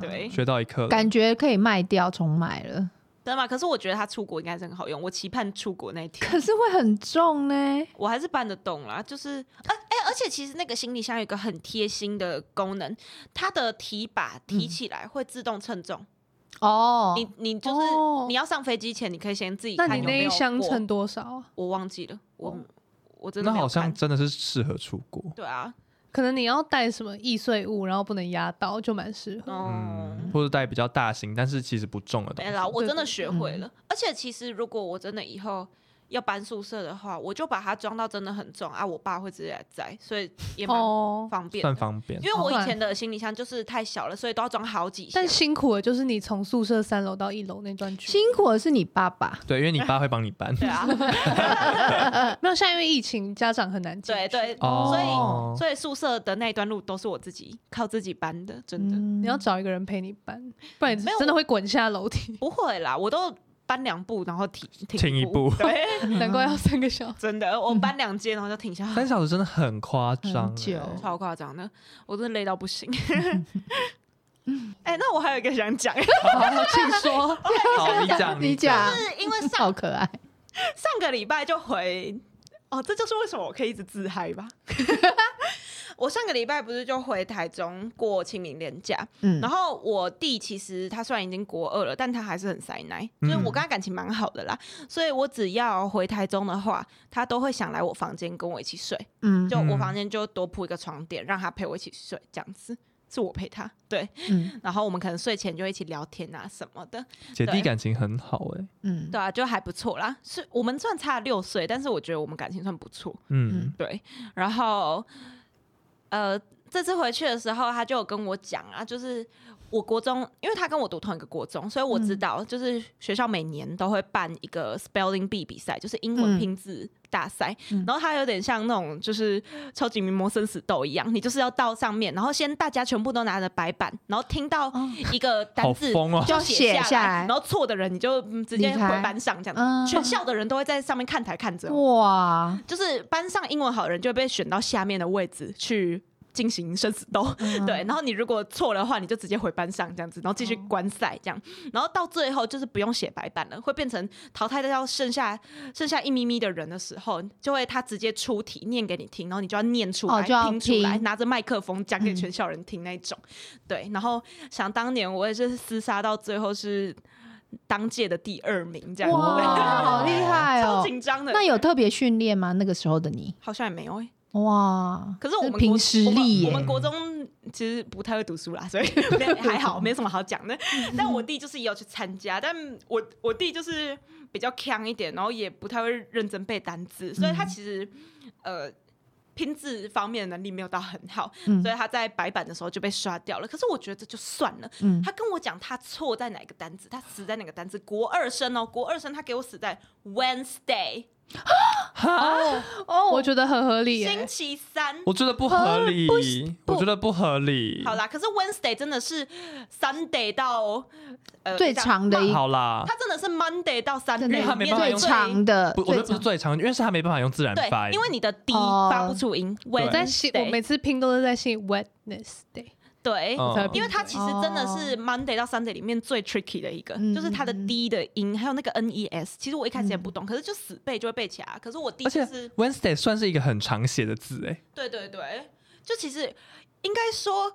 Speaker 2: 对，
Speaker 1: 学到一课了。
Speaker 3: 感觉可以卖掉重买了，
Speaker 2: 真的吗？可是我觉得它出国应该是很好用，我期盼出国那一天。
Speaker 3: 可是会很重呢。
Speaker 2: 我还是搬得动啦，就是，呃，哎、而且其实那个行李箱有一个很贴心的功能，它的提把
Speaker 4: 嗯
Speaker 2: 提起来会自动称重。
Speaker 3: 哦，
Speaker 2: 你你就是、
Speaker 4: 哦
Speaker 2: 你要上飞机前，你可以先自己
Speaker 4: 那
Speaker 2: 看
Speaker 4: 你
Speaker 2: 有没
Speaker 4: 那
Speaker 2: 有
Speaker 4: 一箱
Speaker 2: 过
Speaker 4: 称，哦多少啊？
Speaker 2: 我忘记了，我、我真的
Speaker 1: 那
Speaker 2: 没有
Speaker 1: 好像
Speaker 2: 看
Speaker 1: 真的是适合出国，
Speaker 2: 对啊，
Speaker 4: 可能你要带什么易碎物，然后不能压到，就蛮适合。
Speaker 2: 哦、
Speaker 1: 嗯，或者带比较大型，但是其实不重的东
Speaker 2: 没
Speaker 1: 西。
Speaker 2: 啦，我
Speaker 4: 对
Speaker 2: 真的
Speaker 4: 对
Speaker 2: 学
Speaker 3: 嗯
Speaker 2: 会了。而且其实如果我真的以后要搬宿舍的话，我就把它装到真的很重啊，我爸会直接来载，所以也蛮
Speaker 4: 哦，
Speaker 2: 方便的。
Speaker 1: 算方便
Speaker 2: 因。为我
Speaker 4: 好
Speaker 2: 以前的行李箱就是太小了，所以都要装好几箱
Speaker 4: 但。辛苦的就是你从宿舍三楼到一楼那段距离。
Speaker 3: 辛苦的是你爸爸，
Speaker 1: 对，因为你爸会帮你搬。
Speaker 2: 对啊，
Speaker 4: 呃没有，现在因为疫情，家长很难进
Speaker 2: 对
Speaker 4: 去。
Speaker 2: 对，
Speaker 1: 哦
Speaker 2: 啊所以所以宿舍的那一段路都是我自己靠自己搬的，真的、
Speaker 3: 嗯
Speaker 4: 你要找一个人陪你搬，不然你
Speaker 2: 没有
Speaker 4: 真的会滚下楼
Speaker 2: 。
Speaker 4: 梯
Speaker 2: 不会啦，我都搬两步然后停
Speaker 1: 停一
Speaker 2: 步，
Speaker 1: 步
Speaker 2: 对，
Speaker 4: 难怪要三个 小时。
Speaker 2: 真的，我搬两阶然后就停下，
Speaker 1: 三小时真的很夸张、
Speaker 3: 很久
Speaker 1: 欸
Speaker 2: 超夸张的，我真的累到不行。哎、那我还有一个想讲，
Speaker 4: 好，请 说。
Speaker 1: 好，你讲，
Speaker 3: 你
Speaker 1: 讲
Speaker 3: 讲，，
Speaker 2: 因为上
Speaker 3: 好可爱。
Speaker 2: 上个礼拜就回，哦，这就是为什么我可以一直自嗨吧。 我上个礼拜不是就回台中过清明连假，
Speaker 3: 嗯
Speaker 2: 然，后我弟其实他虽然已经国二了，但他还是很塞奶，
Speaker 3: 嗯
Speaker 2: 就是我跟他感情蛮好的啦，所以我只要回台中的话，他都会想来我房间跟我一起睡，
Speaker 3: 嗯
Speaker 2: 就我
Speaker 1: 嗯
Speaker 2: 房间就多铺一个床垫，让他陪我一起睡，这样子是我陪他，对，
Speaker 3: 嗯
Speaker 2: 然后我们可能睡前就一起聊天啊什么的，
Speaker 1: 姐
Speaker 2: 对
Speaker 1: 弟感情很好哎、欸
Speaker 3: 嗯，
Speaker 2: 对啊，就还不错啦，是我们算差六岁，但是我觉得我们感情算不错，
Speaker 1: 嗯，
Speaker 2: 对，然后呃，这次回去的时候，他就有跟我讲啊，就是我国中，因为他跟我读同一个国中，所以我
Speaker 3: 嗯
Speaker 2: 知道，就是学校每年都会办一个 spelling bee 比赛，就是英文
Speaker 3: 嗯
Speaker 2: 拼字。大赛
Speaker 3: 嗯，
Speaker 2: 然后它有点像那种就是超级名模生死斗一样，你就是要到上面，然后先大家全部都拿着白板，然后听到
Speaker 3: 哦
Speaker 2: 一个单
Speaker 1: 好
Speaker 2: 字
Speaker 1: 疯哦
Speaker 2: 就
Speaker 3: 就
Speaker 2: 写
Speaker 3: 写下来
Speaker 2: 然后错的人你就嗯直接
Speaker 3: 离
Speaker 2: 回
Speaker 3: 开
Speaker 2: 班上这样
Speaker 3: 嗯
Speaker 2: 子，全校的人都会在上面看台看着我，
Speaker 3: 哇，
Speaker 2: 就是班上英文好的人就会被选到下面的位置去进行生死斗。
Speaker 3: 嗯
Speaker 2: 对，然后你如果错了的话，你就直接回班上这样子，然后继续观赛这样，然后到最后就是不用写白板了，会变成淘汰掉剩下剩下一咪咪的人的时候，就会他直接出
Speaker 3: 哦
Speaker 2: 题念给你听，然后你就要念出来、
Speaker 3: 哦就要
Speaker 2: 拼出来，
Speaker 3: 听
Speaker 2: 拿着麦克风讲给
Speaker 3: 嗯
Speaker 2: 全校人听那一种。对，然后想当年我也是厮杀到最后是当届的第二名这样
Speaker 3: 哇， 好厉害
Speaker 2: 超
Speaker 3: 哦！
Speaker 2: 紧张的。
Speaker 3: 那有特别训练吗？那个时候的你，
Speaker 2: 好像也没有哎、
Speaker 3: 哇，
Speaker 2: 可是我们国
Speaker 3: 这凭实力
Speaker 2: 我们，我
Speaker 3: 耶
Speaker 2: 们，国中其实不太会读书啦，所以 没还好，没什么好讲
Speaker 3: 嗯
Speaker 2: 的。但我弟就是也有去参加，但我我弟就是比较强一点，然后也不太会认真背单字，所以
Speaker 3: 嗯
Speaker 2: 他其实呃拼字方面的能力没有到很好，
Speaker 3: 嗯
Speaker 2: 所以他在白板的时候就被刷掉了。可是我觉得这就算了，
Speaker 3: 嗯
Speaker 2: 他跟我讲他错在哪一个单字，他死在哪个单字，国二生哦，国二生他给我死在 Wednesday
Speaker 3: 啊
Speaker 4: 哦，
Speaker 3: 哦
Speaker 4: 我觉得很合理耶。
Speaker 2: 星期三。
Speaker 1: 我觉得不合
Speaker 2: 嗯
Speaker 1: 理，我觉得不合理。
Speaker 2: 好啦，可是 Wednesday 真的是 Sunday 到呃
Speaker 3: 最长的一
Speaker 1: 好啦，
Speaker 2: 它真的是 Monday 到 Sunday
Speaker 3: 真的
Speaker 1: 因为他
Speaker 2: 里
Speaker 1: 没
Speaker 2: 面
Speaker 1: 办法
Speaker 3: 最
Speaker 1: 用
Speaker 3: 长的，
Speaker 1: 不，我觉得
Speaker 3: 最
Speaker 1: 不是
Speaker 3: 长
Speaker 1: 最长，因为是他没办法用自然发
Speaker 2: 对，
Speaker 1: 音，
Speaker 2: 因为你的 D
Speaker 3: 哦
Speaker 2: 发不出音
Speaker 1: 对
Speaker 4: 我在写，我
Speaker 2: Wednesday
Speaker 4: 每次拼都是在写 Wednesday，
Speaker 2: 对。
Speaker 1: 嗯
Speaker 4: 才会
Speaker 2: 因为它其实真的是 Monday 到 Sunday 里面最 tricky 的一个，
Speaker 3: 哦嗯
Speaker 2: 就是它的 D 的音，还有那个 N E S。其实我一开始也不懂，可是就死背就会背起来啊。可是我 D
Speaker 1: 而
Speaker 2: 就
Speaker 1: 且
Speaker 2: 是
Speaker 1: Wednesday 算是一个很常写的字哎、
Speaker 2: 对对对，就其实应该说。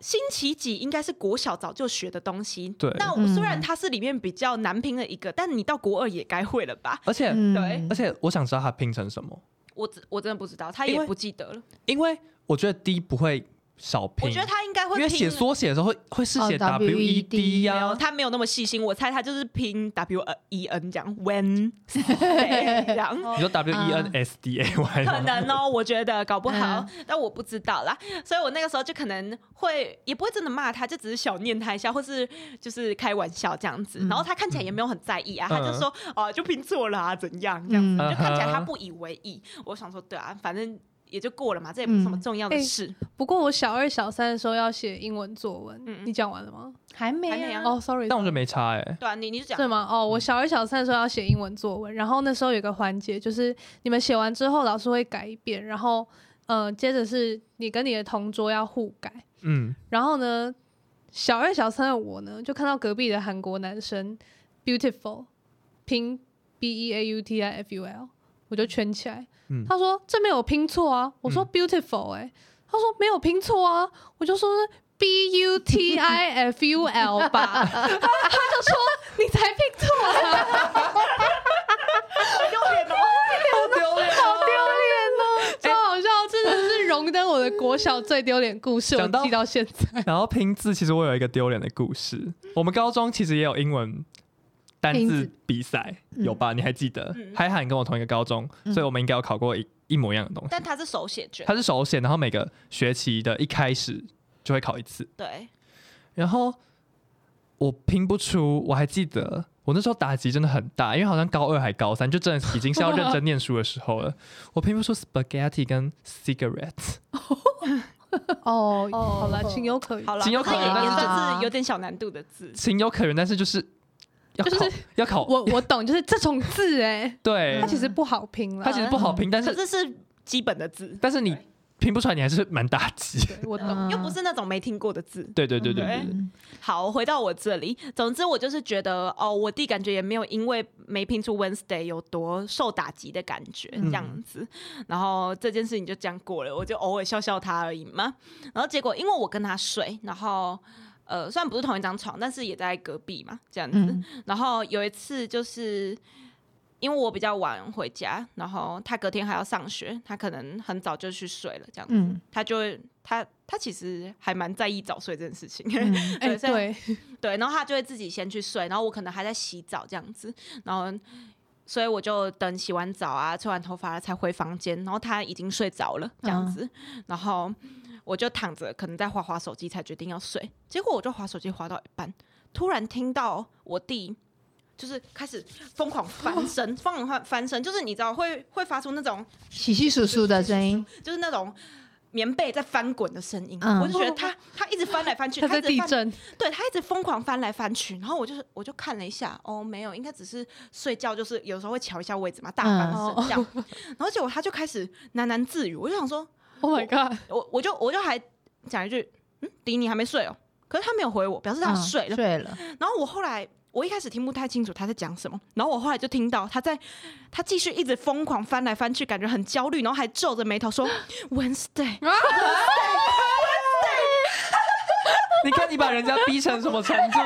Speaker 2: 星期几应该是国小早就学的东西，
Speaker 1: 对
Speaker 2: 那我虽然它是里面比较难拼的一个，但你到国二也该会了吧？
Speaker 1: 而且、
Speaker 3: 嗯
Speaker 2: 对
Speaker 1: 而且我想知道它拼成什么，
Speaker 2: 我只我真的不知道，他
Speaker 1: 因
Speaker 2: 也
Speaker 1: 为
Speaker 2: 不记得了。
Speaker 1: 因为我觉得 D 不会少拼，
Speaker 2: 我觉得他应该会
Speaker 1: 因为写
Speaker 2: 拼，
Speaker 1: 缩写的时候会会是写
Speaker 3: 哦
Speaker 1: W E D
Speaker 2: 没有
Speaker 1: 呀，
Speaker 2: 他没有那么细心，我猜他就是拼 W E N 这样 when 这样。
Speaker 1: 你说 W E N S D A Y
Speaker 2: 可
Speaker 1: 吗？
Speaker 2: 能哦，我觉得搞不好，
Speaker 1: 嗯
Speaker 2: 但我不知道啦，所以我那个时候就可能会也不会真的骂他，就只是小念他一下，或是就是开玩笑这样子。
Speaker 3: 嗯
Speaker 2: 然后他看起来也没有很在意啊，
Speaker 1: 嗯
Speaker 2: 他就说哦就拼错了啊，怎样这样子，
Speaker 1: 嗯
Speaker 2: 就看起来他不以为意。我想说，对啊，反正也就过了嘛，这也不是什么重要的
Speaker 1: 嗯
Speaker 2: 事。
Speaker 4: 不过我小二、小三的时候要写英文作文，
Speaker 2: 嗯
Speaker 4: 你讲完了吗？
Speaker 3: 还没
Speaker 2: 还没啊
Speaker 3: 啊，
Speaker 4: 哦、s o r r y
Speaker 1: 但我觉得没差哎，
Speaker 2: 对啊，你你就讲
Speaker 4: 对吗？哦，我小二、小三的时候要写英文作文，然后那时候有个环节就是你们写完之后，老师会改一遍，然后呃，接着是你跟你的同桌要互改，
Speaker 1: 嗯，
Speaker 4: 然后呢，小二、小三的我呢，就看到隔壁的韩国男生 beautiful 拼 b e a u t i f u l，我就圈起来。
Speaker 1: 嗯
Speaker 4: 他说这没有拼错啊，我说
Speaker 1: 嗯
Speaker 4: beautiful 哎、他说没有拼错啊，我就说 b u t i f u l 吧， 他就说你才拼错啊，
Speaker 2: 丢脸哦，
Speaker 1: 好丢脸
Speaker 4: 好丢脸哦，超好笑，这真的是荣登我的国小最丢脸故事，我
Speaker 1: 讲到
Speaker 4: 记到现在。
Speaker 1: 然后拼字，其实我有一个丢脸的故事。我们高中其实也有英文单
Speaker 3: 拼
Speaker 1: 字
Speaker 3: 字
Speaker 1: 比赛，
Speaker 3: 嗯
Speaker 1: 有吧？你还记得
Speaker 2: 嗯？
Speaker 1: 海涵跟我同一个高中，
Speaker 3: 嗯
Speaker 1: 所以我们应该有考过一一模一样的东西。
Speaker 2: 但他是手写卷，
Speaker 1: 它是手写，然后每个学期的一开始就会考一次。
Speaker 2: 对，
Speaker 1: 然后我拼不出，我还记得我那时候打击真的很大，因为好像高二还高三，就真的已经是要认真念书的时候了。 我拼不出 spaghetti 跟 cigarette。
Speaker 4: 哦，
Speaker 3: 哦
Speaker 4: 好了，情有可原。
Speaker 2: 好了，
Speaker 1: 情有
Speaker 2: 这
Speaker 1: 可原
Speaker 2: 也也
Speaker 3: 但是
Speaker 2: 算是有点小难度的字。
Speaker 1: 情有可原，但是就是要考、
Speaker 4: 就是
Speaker 1: 要考，
Speaker 4: 我我懂，就是这种字哎、
Speaker 1: 对
Speaker 4: 它，其实不好拼了。
Speaker 1: 它其实不好拼，但
Speaker 2: 可
Speaker 1: 是
Speaker 2: 是是基本的字，
Speaker 1: 但是你拼不出来，你还是蛮打击。
Speaker 4: 对我懂。
Speaker 3: 嗯
Speaker 2: 又不是那种没听过的字。
Speaker 1: 对 对对对对对，
Speaker 3: 嗯
Speaker 2: 好，回到我这里。总之，我就是觉得，哦，我弟感觉也没有因为没拼出 Wednesday 有多受打击的感觉，
Speaker 1: 嗯
Speaker 2: 这样子。然后这件事情就这样过了，我就偶尔笑笑他而已嘛。然后结果，因为我跟他睡，然后呃，虽然不是同一张床，但是也在隔壁嘛，这样子。
Speaker 3: 嗯
Speaker 2: 然后有一次就是因为我比较晚回家，然后他隔天还要上学，他可能很早就去睡了，这样子。
Speaker 3: 嗯
Speaker 2: 他就会他他其实还蛮在意早睡这件事 情。
Speaker 3: 嗯
Speaker 4: 哎、
Speaker 2: 对所以
Speaker 4: 对，
Speaker 2: 对，然后他就会自己先去睡，然后我可能还在洗澡这样子，然后所以我就等洗完澡啊、吹完头发了才回房间，然后他已经睡着了这样
Speaker 3: 嗯
Speaker 2: 子，然后我就躺着，可能在划划手机，才决定要睡。结果我就划手机划到一半，突然听到我弟。就是开始疯狂翻身，疯狂翻翻身，就是你知道会会发出那种
Speaker 3: 洗洗簌簌的声音，
Speaker 2: 就是那种棉被在翻滚的声音，
Speaker 3: 嗯
Speaker 2: 我就觉得他他一直翻来翻去，
Speaker 4: 它在
Speaker 2: 一直
Speaker 4: 地
Speaker 2: 翻
Speaker 4: 震，
Speaker 2: 对他一直疯狂翻来翻去，然后我就是我就看了一下，哦，没有，应该只是睡觉，就是有时候会瞧一下位置嘛，大翻身这样。 然后结果他就开始喃喃自语，我就想说，
Speaker 4: ，Oh my god！
Speaker 2: 我我就我就还讲一句，嗯，迪你还没睡哦，可是他没有回我，表示他
Speaker 3: 嗯
Speaker 2: 睡了。
Speaker 3: 睡了，
Speaker 2: 然后我后来。我一开始听不太清楚他在讲什么，然后我后来就听到他在，他继续一直疯狂翻来翻去，感觉很焦虑，然后还皱着眉头说 Wednesday，
Speaker 1: 你看你把人家逼成什么程度？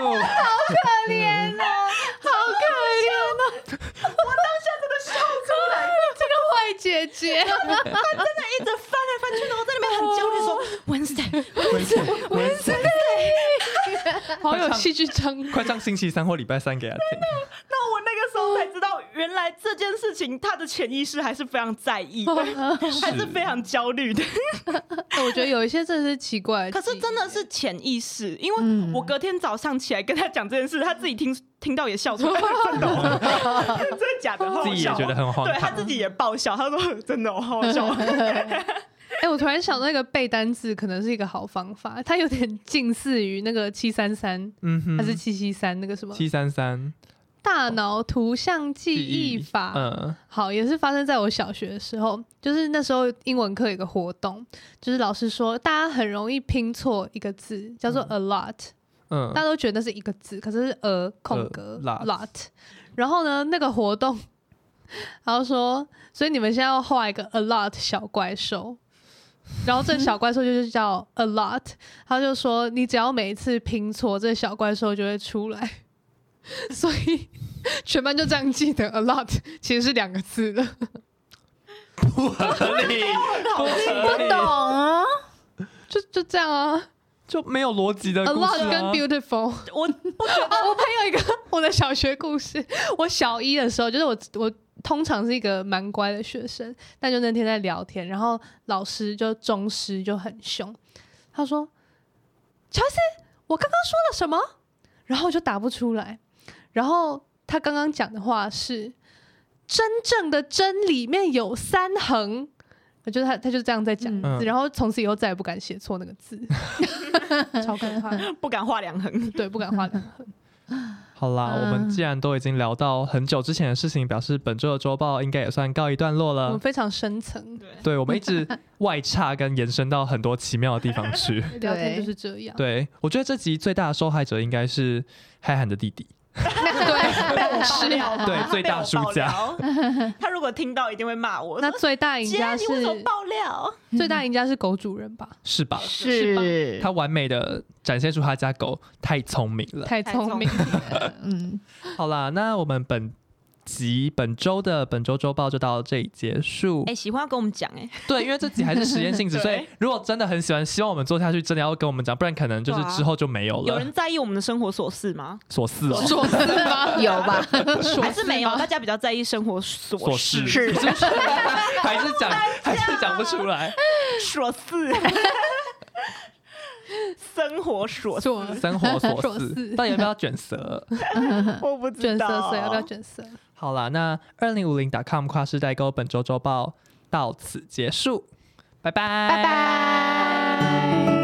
Speaker 4: 这个坏姐 姐，
Speaker 2: 一直翻来翻去，然后在那边很焦虑说 Wednesday，
Speaker 4: 好有戏剧张 力。
Speaker 1: 快上星期三或礼拜三给他听。
Speaker 2: 那哦我那个时候才知道，原来这件事情他的潜意识还是非常在意的， 还哦是非常焦虑的。
Speaker 4: 哎我觉得有一些真的是奇怪，
Speaker 2: 可是真的是潜意识，因为
Speaker 3: 嗯
Speaker 2: 我隔天早上起来跟他讲这件事，他自己听听到也笑出来，嗯 真的哦、真的假的？好好
Speaker 1: 自己也
Speaker 2: 笑哦
Speaker 1: 觉得很荒
Speaker 2: 对他
Speaker 1: 唐
Speaker 2: 自己也爆笑，他说真的、哦，好好笑 哦。
Speaker 4: 哎、我突然想到一个背单字可能是一个好方法，它有点近似于那个七三三
Speaker 1: 嗯哼，
Speaker 4: 还是七七三那个什么
Speaker 1: 七三三
Speaker 4: 大脑图像记忆法，
Speaker 1: 嗯
Speaker 4: 好，也是发生在我小学的时候，就是那时候英文课有个活动，就是老师说大家很容易拼错一个字，叫做 a lot，、
Speaker 1: 嗯呃
Speaker 4: 大家都觉得那是一个字，可是是 a 空格
Speaker 1: lot
Speaker 4: lot，然后呢那个活动，然后说，所以你们现在要画一个 a lot 小怪兽。然后这小怪兽就是叫 a lot，他就说你只要每一次拼错，这小怪兽就会出来， 所以全班就这样记得 a lot 其实是两个字的。
Speaker 1: 不合理，不合理
Speaker 3: 不，懂啊，
Speaker 4: 就就这样啊。
Speaker 1: 就没有逻辑的
Speaker 4: A
Speaker 1: 故
Speaker 4: lot
Speaker 1: 事
Speaker 4: 跟
Speaker 1: 啊。
Speaker 4: beautiful，
Speaker 2: 我
Speaker 4: 啊，我朋友一个 我的小学故事，我小一的时候，就是我我通常是一个蛮乖的学生，但就那天在聊天，然后老师就中师就很凶，他说：“乔伊斯，我刚刚说了什么？”然后我就打不出来，然后他刚刚讲的话是：“真正的真里面有三横。”就是他，他就这样在讲
Speaker 1: 嗯
Speaker 4: 字，然后从此以后再也不敢写错那个字， 超可怕。
Speaker 2: 不敢画两横，
Speaker 4: 对，不敢画两横。
Speaker 1: 好啦，我们既然都已经聊到很久之前的事情，表示本周的周报应该也算告一段落
Speaker 4: 我
Speaker 1: 了
Speaker 4: 们。非常深层，
Speaker 1: 对，我们一直外插跟延伸到很多奇妙的地方去。
Speaker 4: 聊天就是这样。
Speaker 1: 对，我觉得这集最大的受害者应该是嗨涵的弟弟。
Speaker 4: 对，
Speaker 2: 爆
Speaker 4: 是。
Speaker 2: 料吧
Speaker 1: 对最大输家。
Speaker 2: 被我爆料他如果听到一定会骂我。
Speaker 4: 那
Speaker 2: 说嗯
Speaker 4: 最大赢
Speaker 2: 姐，
Speaker 4: 家
Speaker 2: 你
Speaker 4: 是
Speaker 2: 为什么爆料？
Speaker 4: 最大赢家是狗主人吧？
Speaker 1: 是吧？
Speaker 4: 是吧
Speaker 1: 他完美的展现出他家狗太聪明了。
Speaker 4: 太聪明了，
Speaker 3: 嗯，
Speaker 1: 好啦，那我们本集本周的本周周报就到这里结束
Speaker 2: 哎、。喜欢要跟我们讲哎、
Speaker 1: 对，因为这集还是实验性质，
Speaker 2: 对
Speaker 1: 所以如果真的很喜欢，希望我们做下去，真的要跟我们讲，不然可能就是
Speaker 2: 对啊
Speaker 1: 之后就没有
Speaker 2: 有
Speaker 1: 了。
Speaker 2: 人在意我们的生活琐事吗？
Speaker 1: 所思哦，
Speaker 4: 硕士吗？
Speaker 3: 有吧？
Speaker 2: 还是没有？大家比较在意生活琐
Speaker 1: 所
Speaker 2: 事
Speaker 1: 思，是还是讲还是讲不出来。
Speaker 2: 琐事， 生活琐事，
Speaker 4: 硕
Speaker 1: 生活琐
Speaker 4: 所
Speaker 1: 事
Speaker 4: 思，
Speaker 1: 到底要不要卷舌？
Speaker 2: 我不知
Speaker 4: 卷
Speaker 2: 道
Speaker 4: 色色要不要卷色？
Speaker 1: 好啦，那二零五零 .com 跨世代沟本周周报到此结束，拜拜，
Speaker 3: 拜拜。